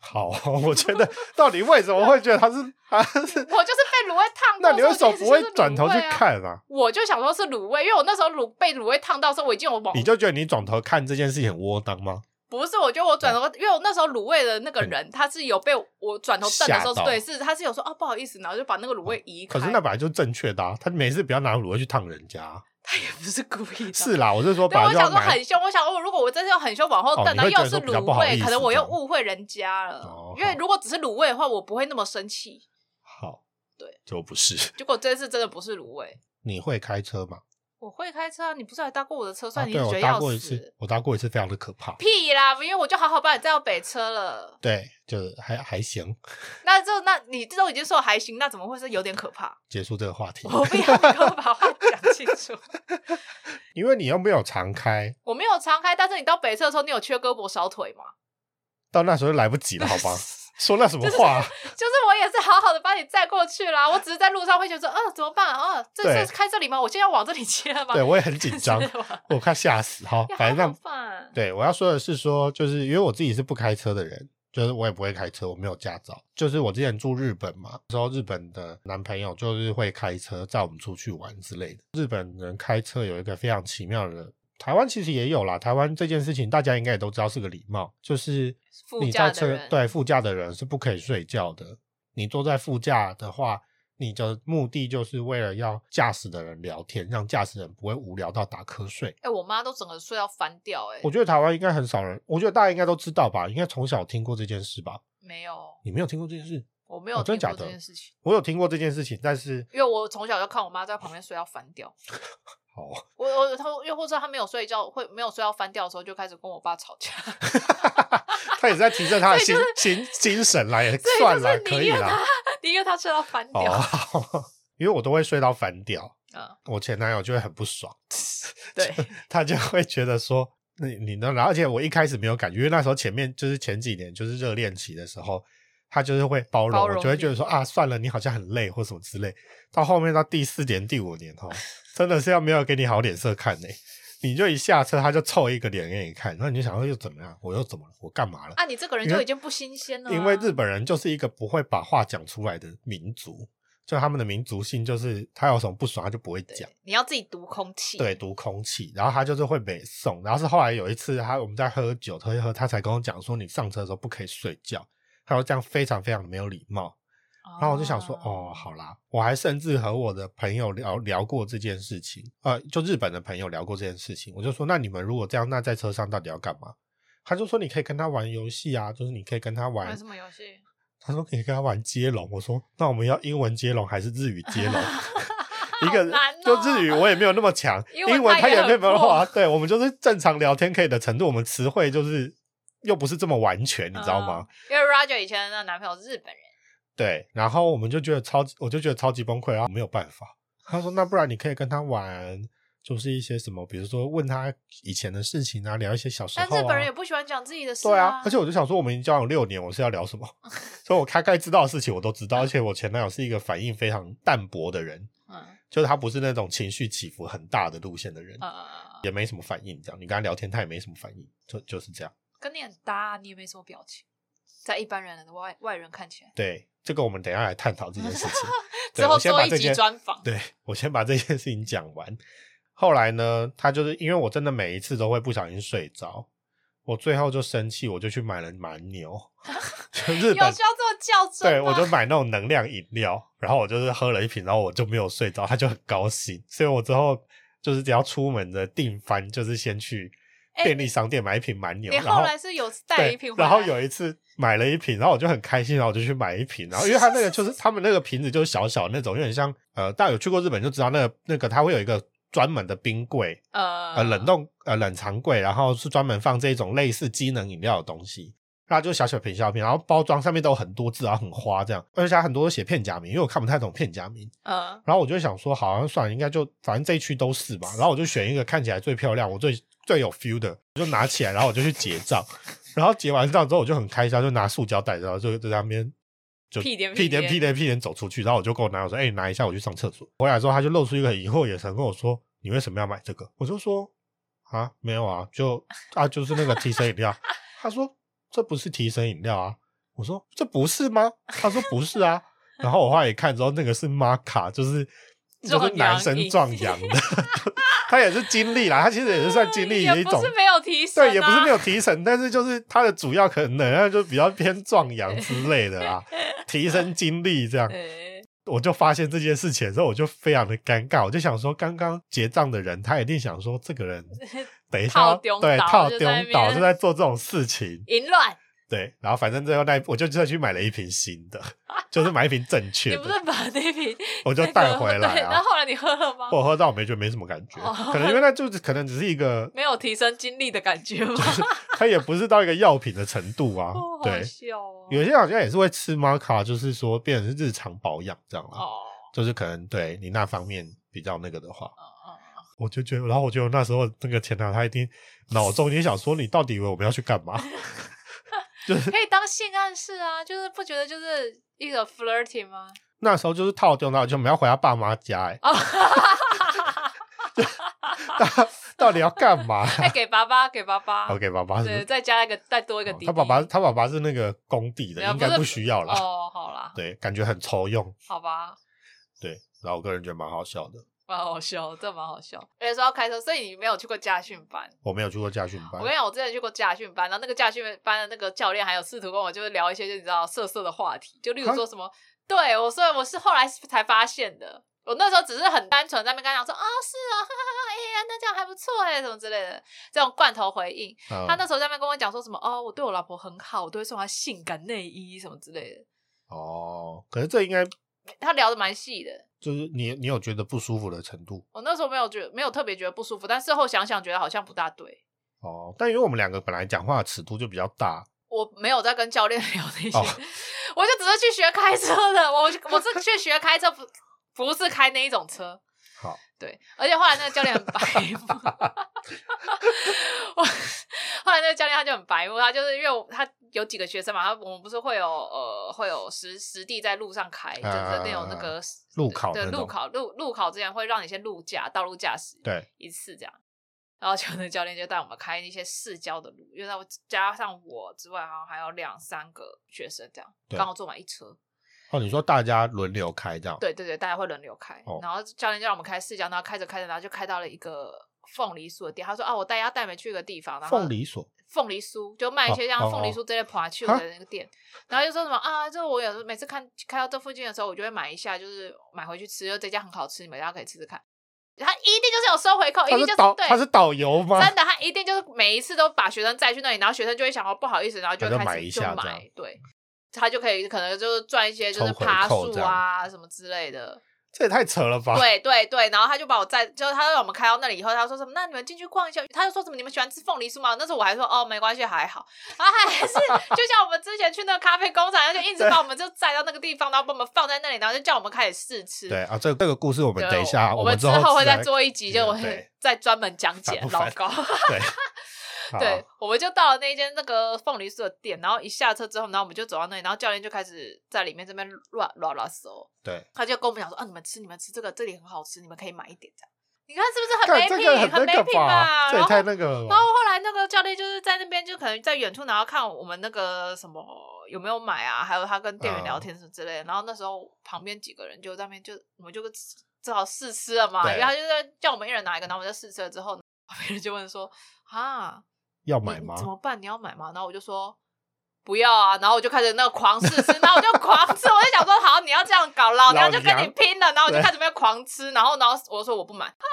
Speaker 1: 好，哦我觉
Speaker 2: *laughs*
Speaker 1: 得到底为什么会觉得他是他是？
Speaker 2: 我就是被卤味烫到，
Speaker 1: 那你为什么不会转头去
Speaker 2: 所以我就一直觉得是卤味啊
Speaker 1: 看啊？
Speaker 2: 我就想说是卤味，因为我那时候卤被卤味烫到的时候，我已经有往
Speaker 1: 你就觉得你转头看这件事情很窝囊吗？
Speaker 2: 不是，我觉得我转头，因为我那时候卤味的那个人，他是有被我转头瞪的时候
Speaker 1: 嗯吓，到
Speaker 2: 对，是他是有说啊不好意思，然后就把那个卤味移开。
Speaker 1: 可是那本来就正确的啊，他每次不要拿卤味去烫人家啊。
Speaker 2: 他也不是故意的。
Speaker 1: 是啦，我是说
Speaker 2: 对，啊
Speaker 1: 把
Speaker 2: 我
Speaker 1: 这要
Speaker 2: 想说
Speaker 1: 拿
Speaker 2: 很凶，我想说如果我真的要很凶往后
Speaker 1: 哦
Speaker 2: 瞪，
Speaker 1: 你
Speaker 2: 然后
Speaker 1: 会
Speaker 2: 又
Speaker 1: 觉得
Speaker 2: 是
Speaker 1: 说比较
Speaker 2: 卤
Speaker 1: 不好意
Speaker 2: 味，
Speaker 1: 思
Speaker 2: 可能我又
Speaker 1: 这样
Speaker 2: 误会人家了
Speaker 1: 哦。
Speaker 2: 因为如果只是卤味的话，我不会那么生气。
Speaker 1: 好，
Speaker 2: 对，
Speaker 1: 就不是。 *laughs*
Speaker 2: 结果这次真的不是卤味，
Speaker 1: 你会开车吗？
Speaker 2: 我会开车啊，你不是还搭过我的车，
Speaker 1: 啊，
Speaker 2: 算你
Speaker 1: 对
Speaker 2: 觉
Speaker 1: 我
Speaker 2: 得
Speaker 1: 搭
Speaker 2: 要
Speaker 1: 过一
Speaker 2: 死
Speaker 1: 次，。我搭过一次，非常的可怕。
Speaker 2: 屁啦！因为我就好好把你载到北车了，
Speaker 1: 对，就是还还行。
Speaker 2: 那就那你这都已经说还行，那怎么会是有点可怕？
Speaker 1: 结束这个话题，
Speaker 2: 我不要你给我 *laughs* 把话讲清楚。
Speaker 1: 因为你又没有常开，
Speaker 2: 我没有常开，但是你到北车的时候，你有缺胳膊少腿吗？
Speaker 1: 到那时候就来不及了，好
Speaker 2: *laughs*
Speaker 1: 吧？说那什么话啊？
Speaker 2: 就是我也是好好的把你载过去啦，我只是在路上会觉得说，呃，怎么办啊？这
Speaker 1: 对
Speaker 2: 是开这里吗？我现在要往这里切了吗？，
Speaker 1: 对，我也很紧张
Speaker 2: *laughs*
Speaker 1: *laughs*
Speaker 2: 是吗
Speaker 1: 我快吓死。好，
Speaker 2: 要
Speaker 1: 反正
Speaker 2: 好
Speaker 1: 那
Speaker 2: 好办。
Speaker 1: 对，我要说的是说，就是因为我自己是不开车的人，就是我也不会开车，我没有驾照。就是我之前住日本嘛，那时候日本的男朋友就是会开车载我们出去玩之类的。日本人开车有一个非常奇妙的。台湾其实也有啦，台湾这件事情大家应该也都知道是个礼貌，就是
Speaker 2: 副
Speaker 1: 你在
Speaker 2: 驾的
Speaker 1: 车
Speaker 2: 人
Speaker 1: 对副驾的人是不可以睡觉的。你坐在副驾的话，你的目的就是为了要驾驶的人聊天，让驾驶人不会无聊到打瞌睡。
Speaker 2: 哎、我妈都整个睡到翻掉、欸，
Speaker 1: 我觉得台湾应该很少人，我觉得大家应该都知道吧，应该从小听过这件事吧？
Speaker 2: 没有，
Speaker 1: 你没有听过这件事？
Speaker 2: 我没有
Speaker 1: 哦
Speaker 2: 听
Speaker 1: 真的假
Speaker 2: 过这
Speaker 1: 的
Speaker 2: 件事情，
Speaker 1: 我有听过这件事情，但是
Speaker 2: 因为我从小就看我妈在旁边睡到翻掉。
Speaker 1: 好
Speaker 2: 我我她因为或者他没有睡觉，会没有睡到翻掉的时候，就开始跟我爸
Speaker 1: *laughs*
Speaker 2: 吵架。
Speaker 1: 他也是在提振他的
Speaker 2: 所
Speaker 1: 心
Speaker 2: 以就
Speaker 1: 心精神啦，也
Speaker 2: 对，
Speaker 1: 算
Speaker 2: 就
Speaker 1: 啦
Speaker 2: 是，
Speaker 1: 可
Speaker 2: 宁
Speaker 1: 以
Speaker 2: 愿
Speaker 1: 啦
Speaker 2: 他。，宁愿他睡到翻掉。 *laughs*
Speaker 1: 哦， *laughs* 好因为我都会睡到翻掉，
Speaker 2: 嗯，
Speaker 1: 我前男友就会很不爽，
Speaker 2: 对，
Speaker 1: 他就会觉得说。你你呢？然后而且我一开始没有感觉，因为那时候前面就是前几年就是热恋期的时候，他就是会包容，
Speaker 2: 包容
Speaker 1: 我就会觉得
Speaker 2: 你
Speaker 1: 说啊，算了，你好像很累或什么之类。到后面到第四年、第五年哦，真的是要没有给你好脸色看呢、你就一下车他就凑一个脸给你看，那你就想说又怎么样？我又怎么了？我干嘛了？
Speaker 2: 啊，你这个人
Speaker 1: 因为
Speaker 2: 就已经不新鲜了啊。
Speaker 1: 因为日本人就是一个不会把话讲出来的民族，就他们的民族性就是他有什么不爽他就不会讲
Speaker 2: 对，你要自己读空气。
Speaker 1: 对，，读空气，然后他就是会北送，然后是后来有一次他我们在喝酒，喝一喝，他才跟我讲说你上车的时候不可以睡觉，他说这样非常非常没有礼貌，然后我就想说，哦，，好啦，我还甚至和我的朋友聊聊过这件事情，呃，就日本的朋友聊过这件事情。我就说，那你们如果这样，那在车上到底要干嘛？他就说，你可以跟他玩游戏啊，就是你可以跟他玩
Speaker 2: 玩什么游戏？
Speaker 1: 他说可以跟他玩接龙。我说，那我们要英文接龙还是日语接
Speaker 2: *laughs*
Speaker 1: 龙？一
Speaker 2: 好
Speaker 1: 个
Speaker 2: 难哦
Speaker 1: 就日语我也没有那么强，
Speaker 2: 英文
Speaker 1: 英文
Speaker 2: 他
Speaker 1: 他
Speaker 2: 也
Speaker 1: 也
Speaker 2: 很
Speaker 1: 没有办
Speaker 2: 弱
Speaker 1: 法。对我们就是正常聊天可以的程度，我们词汇就是又不是这么完全，你知道吗？
Speaker 2: 嗯？因为 Roger 以前的男朋友是日本人，
Speaker 1: 对，然后我们就觉得超级，我就觉得超级崩溃，然后没有办法。他说：“那不然你可以跟他玩，就是一些什么，比如说问他以前的事情啊，聊一些小时候、
Speaker 2: 但
Speaker 1: 啊。”
Speaker 2: 日本人也不喜欢讲自己的事
Speaker 1: 对
Speaker 2: 啊
Speaker 1: 啊，而且我就想说，我们已经交往六年，我是要聊
Speaker 2: *laughs*
Speaker 1: 什么？所以我大概知道的事情我都知道，而且我前男友是一个反应非常淡薄的人，
Speaker 2: 嗯
Speaker 1: 就是他不是那种情绪起伏很大的路线的人，
Speaker 2: 嗯嗯，嗯
Speaker 1: 也没什么反应。这样，你跟他聊天，他也没什么反应，就就是这样。
Speaker 2: 跟你很搭，啊你也没什么表情，在一般人的外外人看起来。
Speaker 1: 对，这个我们等一下来探讨这件事情。对
Speaker 2: *laughs* 之后
Speaker 1: 我先
Speaker 2: 做
Speaker 1: 把
Speaker 2: 一
Speaker 1: 这
Speaker 2: 集
Speaker 1: 件
Speaker 2: 专访，
Speaker 1: *laughs* 对我先把这件事情讲完。后来呢，他就是因为我真的每一次都会不小心睡着，我最后就生气，我就去买了蛮
Speaker 2: *laughs*
Speaker 1: 牛，就日
Speaker 2: 有需要
Speaker 1: 本
Speaker 2: 这么较
Speaker 1: *laughs*
Speaker 2: 真
Speaker 1: 对
Speaker 2: 吗
Speaker 1: 我就买那种能量饮料，然后我就是喝了一瓶，然后我就没有睡着，他就很高兴，所以我之后就是只要出门的订番，就是先去
Speaker 2: 哎
Speaker 1: 便利商店买一瓶蛮牛，
Speaker 2: 你
Speaker 1: 然
Speaker 2: 后
Speaker 1: 后
Speaker 2: 来是有带
Speaker 1: 对，
Speaker 2: 一瓶回来，
Speaker 1: 然后有一次买了一瓶，然后我就很开心，然后我就去买一瓶，
Speaker 2: *laughs*
Speaker 1: 然后因为它那个就是他们那个瓶子就是小小的那种，有点像呃，大家有去过日本就知道那个那个它会有一个专门的冰柜，
Speaker 2: 呃
Speaker 1: 呃，冷冻呃冷藏柜，然后是专门放这种类似机能饮料的东西。那就小小瓶小瓶，然后包装上面都有很多字，然后很花这样，而且它很多都写片假名，因为我看不太懂片假名。
Speaker 2: 呃
Speaker 1: 然后我就想说，好像算了，应该就反正这一区都是吧。然后我就选一个看起来最漂亮、我最最有 feel 的，我就拿起来，然后我就去结账。 *laughs* 然后结完账之后，我就很开心，啊然后就拿塑胶袋，然后就就在那边就
Speaker 2: 屁颠
Speaker 1: 屁
Speaker 2: 屁
Speaker 1: 颠
Speaker 2: 颠
Speaker 1: 屁颠屁颠走出去。然后我就跟我男友说：“哎、你拿一下，我去上厕所。”回来之后，他就露出一个很疑惑的眼神跟我说：“你为什么要买这个？”我就说：“啊，没有啊，就啊就是那个提神饮料。”他说：“这不是提神饮料啊。”我说：“这不是吗？”他说：“不是啊。”
Speaker 2: *laughs*
Speaker 1: 然后我后来一看之后，那个是玛卡，就是就
Speaker 2: 壮
Speaker 1: 是男
Speaker 2: 阳
Speaker 1: 生
Speaker 2: 饮
Speaker 1: 壮阳的， *laughs* 他也是经历啦，他其实也是算经历一
Speaker 2: *laughs* 也
Speaker 1: 种
Speaker 2: 不是没有提神、啊，
Speaker 1: 对，也不是没有提神，但是就是它的主要可能能量就比较偏壮阳
Speaker 2: *laughs*
Speaker 1: 之类的啦，提升精力这样。
Speaker 2: 呃。
Speaker 1: 我就发现这件事情的时候，我就非常的尴尬，我就想说，刚刚结账的人他一定想说，这个
Speaker 2: *laughs*
Speaker 1: 人等一下要
Speaker 2: 套中
Speaker 1: 对
Speaker 2: 岛
Speaker 1: 套
Speaker 2: 就
Speaker 1: 丢
Speaker 2: 在那
Speaker 1: 倒
Speaker 2: 边
Speaker 1: 就在做这种事情，
Speaker 2: 淫乱，
Speaker 1: 对。然后反正最后那一我就再去买了一瓶新
Speaker 2: *laughs*
Speaker 1: 的，就是买一瓶正确
Speaker 2: 你不
Speaker 1: 的，
Speaker 2: 是把那瓶
Speaker 1: 我就
Speaker 2: 那个
Speaker 1: 带回来
Speaker 2: *laughs* 对
Speaker 1: 啊哦
Speaker 2: 那后来你喝了吗？
Speaker 1: 我喝到我没觉得没什么感觉，
Speaker 2: 哦
Speaker 1: 可能因为那就是可能只是一个，
Speaker 2: 没有提升精力的感
Speaker 1: *laughs*
Speaker 2: 觉吗？
Speaker 1: 它也不是到一个药品的程度啊
Speaker 2: *laughs* 哦，，好
Speaker 1: 对。
Speaker 2: 笑哦。
Speaker 1: 有些好像也是会吃玛卡，就是说变成是日常保养这样啦，
Speaker 2: 哦，
Speaker 1: 就是可能对你那方面比较那个的话，
Speaker 2: 哦哦
Speaker 1: 我就觉得，然后我觉得那时候那个前男友他一定脑中也想说，你到底以为我们要去干
Speaker 2: *laughs*
Speaker 1: 嘛？
Speaker 2: 可以当性暗示啊，就是不觉得就是一种
Speaker 1: *laughs*
Speaker 2: flirting 吗？
Speaker 1: 那时候就是套丢到，就我们要回他爸妈家、欸， *laughs*
Speaker 2: 哦，
Speaker 1: 到到底要干嘛、
Speaker 2: 哎，给爸爸，给爸爸
Speaker 1: o k 哦爸爸是不
Speaker 2: 对，
Speaker 1: 是
Speaker 2: 再加一个，再多一个
Speaker 1: 哦
Speaker 2: 弟弟。
Speaker 1: 他爸爸他爸爸是那个工地的
Speaker 2: 没，有
Speaker 1: 应该
Speaker 2: 不是
Speaker 1: 不需要啦。
Speaker 2: 哦，好啦，
Speaker 1: 对，感觉很抽用，
Speaker 2: 好吧，
Speaker 1: 对，然后我个人觉得蛮好笑的。
Speaker 2: 蛮好笑，这蛮好笑。而且说要开车，所以你没有去过驾训班。
Speaker 1: 我没有去过家训
Speaker 2: 我
Speaker 1: 班
Speaker 2: 跟，你讲，我之前去过驾训班，然后那个驾训班的那个教练还有试图跟我就是聊一些就你知道色色的话题，就例如说什么，对我所以我是后来才发现的，我那时候只是很单纯在那边跟他讲说啊、是啊，哈哈哈，哎呀那这样还不错哎、什么之类的这种罐头回应。
Speaker 1: 嗯
Speaker 2: 他那时候在那边跟我讲说什么哦，我对我老婆很好，我都会送她性感内衣什么之类的，
Speaker 1: 哦，可是这应该
Speaker 2: 他聊的蛮细的。
Speaker 1: 就是你你有觉得不舒服的程度
Speaker 2: 我那时候没有觉没有特别觉得不舒服，但事后想想觉得好像不大对。
Speaker 1: 哦。但因为我们两个本来讲话的尺度就比较大，
Speaker 2: 我没有在跟教练聊那些，
Speaker 1: 哦
Speaker 2: *laughs* 我就只是去学开车的。我我是去学开车，不不是开那一种车。
Speaker 1: 好，
Speaker 2: 对，而且后来那个教练很白目，我后来那个教练他就很白目，他就是因为我他有几个学生嘛，他我们不是会有呃会有实实地在路上开，就是那种那个
Speaker 1: 啊路考
Speaker 2: 对
Speaker 1: 那种
Speaker 2: 路考路路考之前会让你先路驾道路驾驶
Speaker 1: 对，
Speaker 2: 一次这样。然后就 *laughs* 那教练就带我们开一些市郊的路，因为我加上我之外，好像还有两三个学生这样，
Speaker 1: 对
Speaker 2: 刚好坐满一车。
Speaker 1: 哦，你说大家轮流开这样，
Speaker 2: 对对对，大家会轮流开。
Speaker 1: 哦
Speaker 2: 然后教练就让我们开市郊，然后开着开着，然后就开到了一个凤梨酥的店。他说：“啊，我带他带你们去一个地方，然后哦
Speaker 1: 凤梨所
Speaker 2: 凤梨酥，就卖一些像
Speaker 1: 哦哦
Speaker 2: 凤梨酥这类爬去的那个店，然后就说什么啊，这我有时候每次看开到这附近的时候，我就会买一下，就是买回去吃，就这家很好吃，你们大家可以吃吃看。他一定就是有收回扣，一
Speaker 1: 他
Speaker 2: 定
Speaker 1: 是
Speaker 2: 就是
Speaker 1: 导
Speaker 2: 对，
Speaker 1: 他是导游吗？
Speaker 2: 真的，他一定就是每一次都把学生载去那里，然后学生就会想哦不好意思，然后就
Speaker 1: 那就
Speaker 2: 开始
Speaker 1: 买一下
Speaker 2: 就
Speaker 1: 这
Speaker 2: 买
Speaker 1: 样，
Speaker 2: 对，他就可以可能就是赚一些就是
Speaker 1: 抽回
Speaker 2: 爬
Speaker 1: 扣
Speaker 2: 树
Speaker 1: 这样
Speaker 2: 啊什么之类的，
Speaker 1: 这也太扯了吧！
Speaker 2: 对对对，然后他就把我载，就是他让我们开到那里以后，他说什么？那你们进去逛一下。他就说什么？你们喜欢吃凤梨酥吗？那时候我还说哦，没关系，还好。然后他还是就像我们之前去那个咖啡工厂，他就一直把我们就载到那个地方，然后把我们放在那里，然后就叫我们开始试吃。
Speaker 1: 对啊，这这个故事我们
Speaker 2: 对，
Speaker 1: 等一下，
Speaker 2: 我
Speaker 1: 们
Speaker 2: 之
Speaker 1: 后
Speaker 2: 会
Speaker 1: 再
Speaker 2: 再做一集，就我会
Speaker 1: 对
Speaker 2: 再专门讲解
Speaker 1: 烦不
Speaker 2: 老
Speaker 1: 烦
Speaker 2: 高。
Speaker 1: 对
Speaker 2: *laughs* 对
Speaker 1: 好，
Speaker 2: 我们就到了那间那个凤梨酥的店，然后一下车之后，然后我们就走到那里，然后教练就开始在里面这边乱乱乱搜，
Speaker 1: 对，
Speaker 2: 他就跟我们讲说啊，你们吃，你们吃这个，这里很好吃，你们可以买一 *laughs* 点这样。你看是不是很没
Speaker 1: 干这个
Speaker 2: 品，
Speaker 1: 很
Speaker 2: 没
Speaker 1: 那个
Speaker 2: 品
Speaker 1: 吧，这
Speaker 2: 然
Speaker 1: 也
Speaker 2: 后
Speaker 1: 太那个了
Speaker 2: 然
Speaker 1: 吧。
Speaker 2: 后后来那个教练就是在那边，就可能在远处，然后看我们那个什么有没有买啊，还有他跟店员
Speaker 1: 嗯
Speaker 2: 聊天什么之类的。然后那时候旁边几个人就在那边就我们就正好试吃了嘛，
Speaker 1: 对
Speaker 2: 然后他就在叫我们一人拿一个，然后我们就试吃了之后，旁边人就问说啊，
Speaker 1: 要
Speaker 2: 你
Speaker 1: 买
Speaker 2: 你
Speaker 1: 吗
Speaker 2: 怎？么办？你要买吗？然后我就说不要啊，然后我就开始那个狂试吃，然后我就狂吃，我就想说好，你要这样搞，老娘就跟
Speaker 1: 老
Speaker 2: 你
Speaker 1: 娘
Speaker 2: 拼了，然后我就
Speaker 1: 对
Speaker 2: 开始边狂吃，然后然后我说我不买。 *laughs*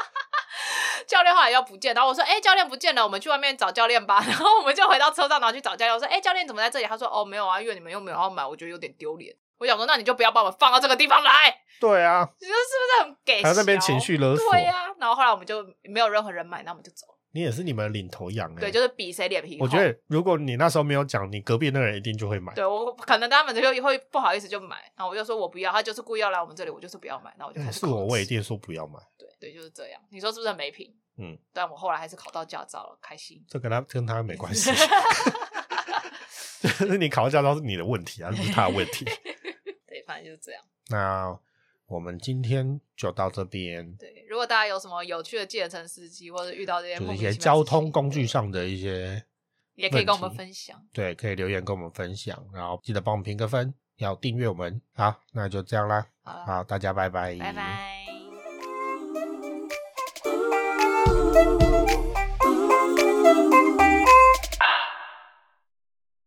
Speaker 2: 教练后来又不见，然后我说：“哎、教练不见了，我们去外面找教练吧。” *laughs* 然后我们就回到车上，然后去找教练。我说：“哎、教练怎么在这里？”他说：“哦，没有啊，因为你们又没有要买，我觉得有点丢脸。”我想说：“那你就不要把我们放到这个地方来， *laughs*
Speaker 1: 对啊，
Speaker 2: 你说是不是很给？”
Speaker 1: 还有那边情绪勒索，
Speaker 2: 对啊呀、然后后来我们就没有任何人买，那我们就走了。
Speaker 1: 你也是你们的领头羊哎。
Speaker 2: 对，就是比谁脸皮厚。
Speaker 1: 我觉得如果你那时候没有讲，你隔壁那个人一定就会买。
Speaker 2: 对我可能他们就会不好意思就买，然后我就说我不要，他就是故意要来我们这里，我就是不要买，然后我就开
Speaker 1: 嗯
Speaker 2: 始
Speaker 1: 是
Speaker 2: 考
Speaker 1: 我，我
Speaker 2: 试
Speaker 1: 一定说不要买。
Speaker 2: 对对，就是这样。你说是不是很没品？
Speaker 1: 嗯，
Speaker 2: 但我后来还是考到驾照了，开心。
Speaker 1: 这跟他跟他没关
Speaker 2: *laughs*
Speaker 1: 系，就是你考到驾照是你的问题啊，不是他的
Speaker 2: *laughs*
Speaker 1: 问题。
Speaker 2: 对，反正就是这样。
Speaker 1: 那我们今天就到这边，
Speaker 2: 对，如果大家有什么有趣的计程车司机，或者遇到这些
Speaker 1: 就是
Speaker 2: 莫
Speaker 1: 一
Speaker 2: 名
Speaker 1: 些
Speaker 2: 其妙的
Speaker 1: 交
Speaker 2: 事情
Speaker 1: 通工具，上的一些
Speaker 2: 也可以跟我们
Speaker 1: 问题
Speaker 2: 分享。
Speaker 1: 对，可以留言跟我们分享，然后记得帮我们评个分，要订阅我们。好，那就这样啦，
Speaker 2: 好啦
Speaker 1: 好，大家拜拜，
Speaker 2: 拜拜。
Speaker 3: Ooh.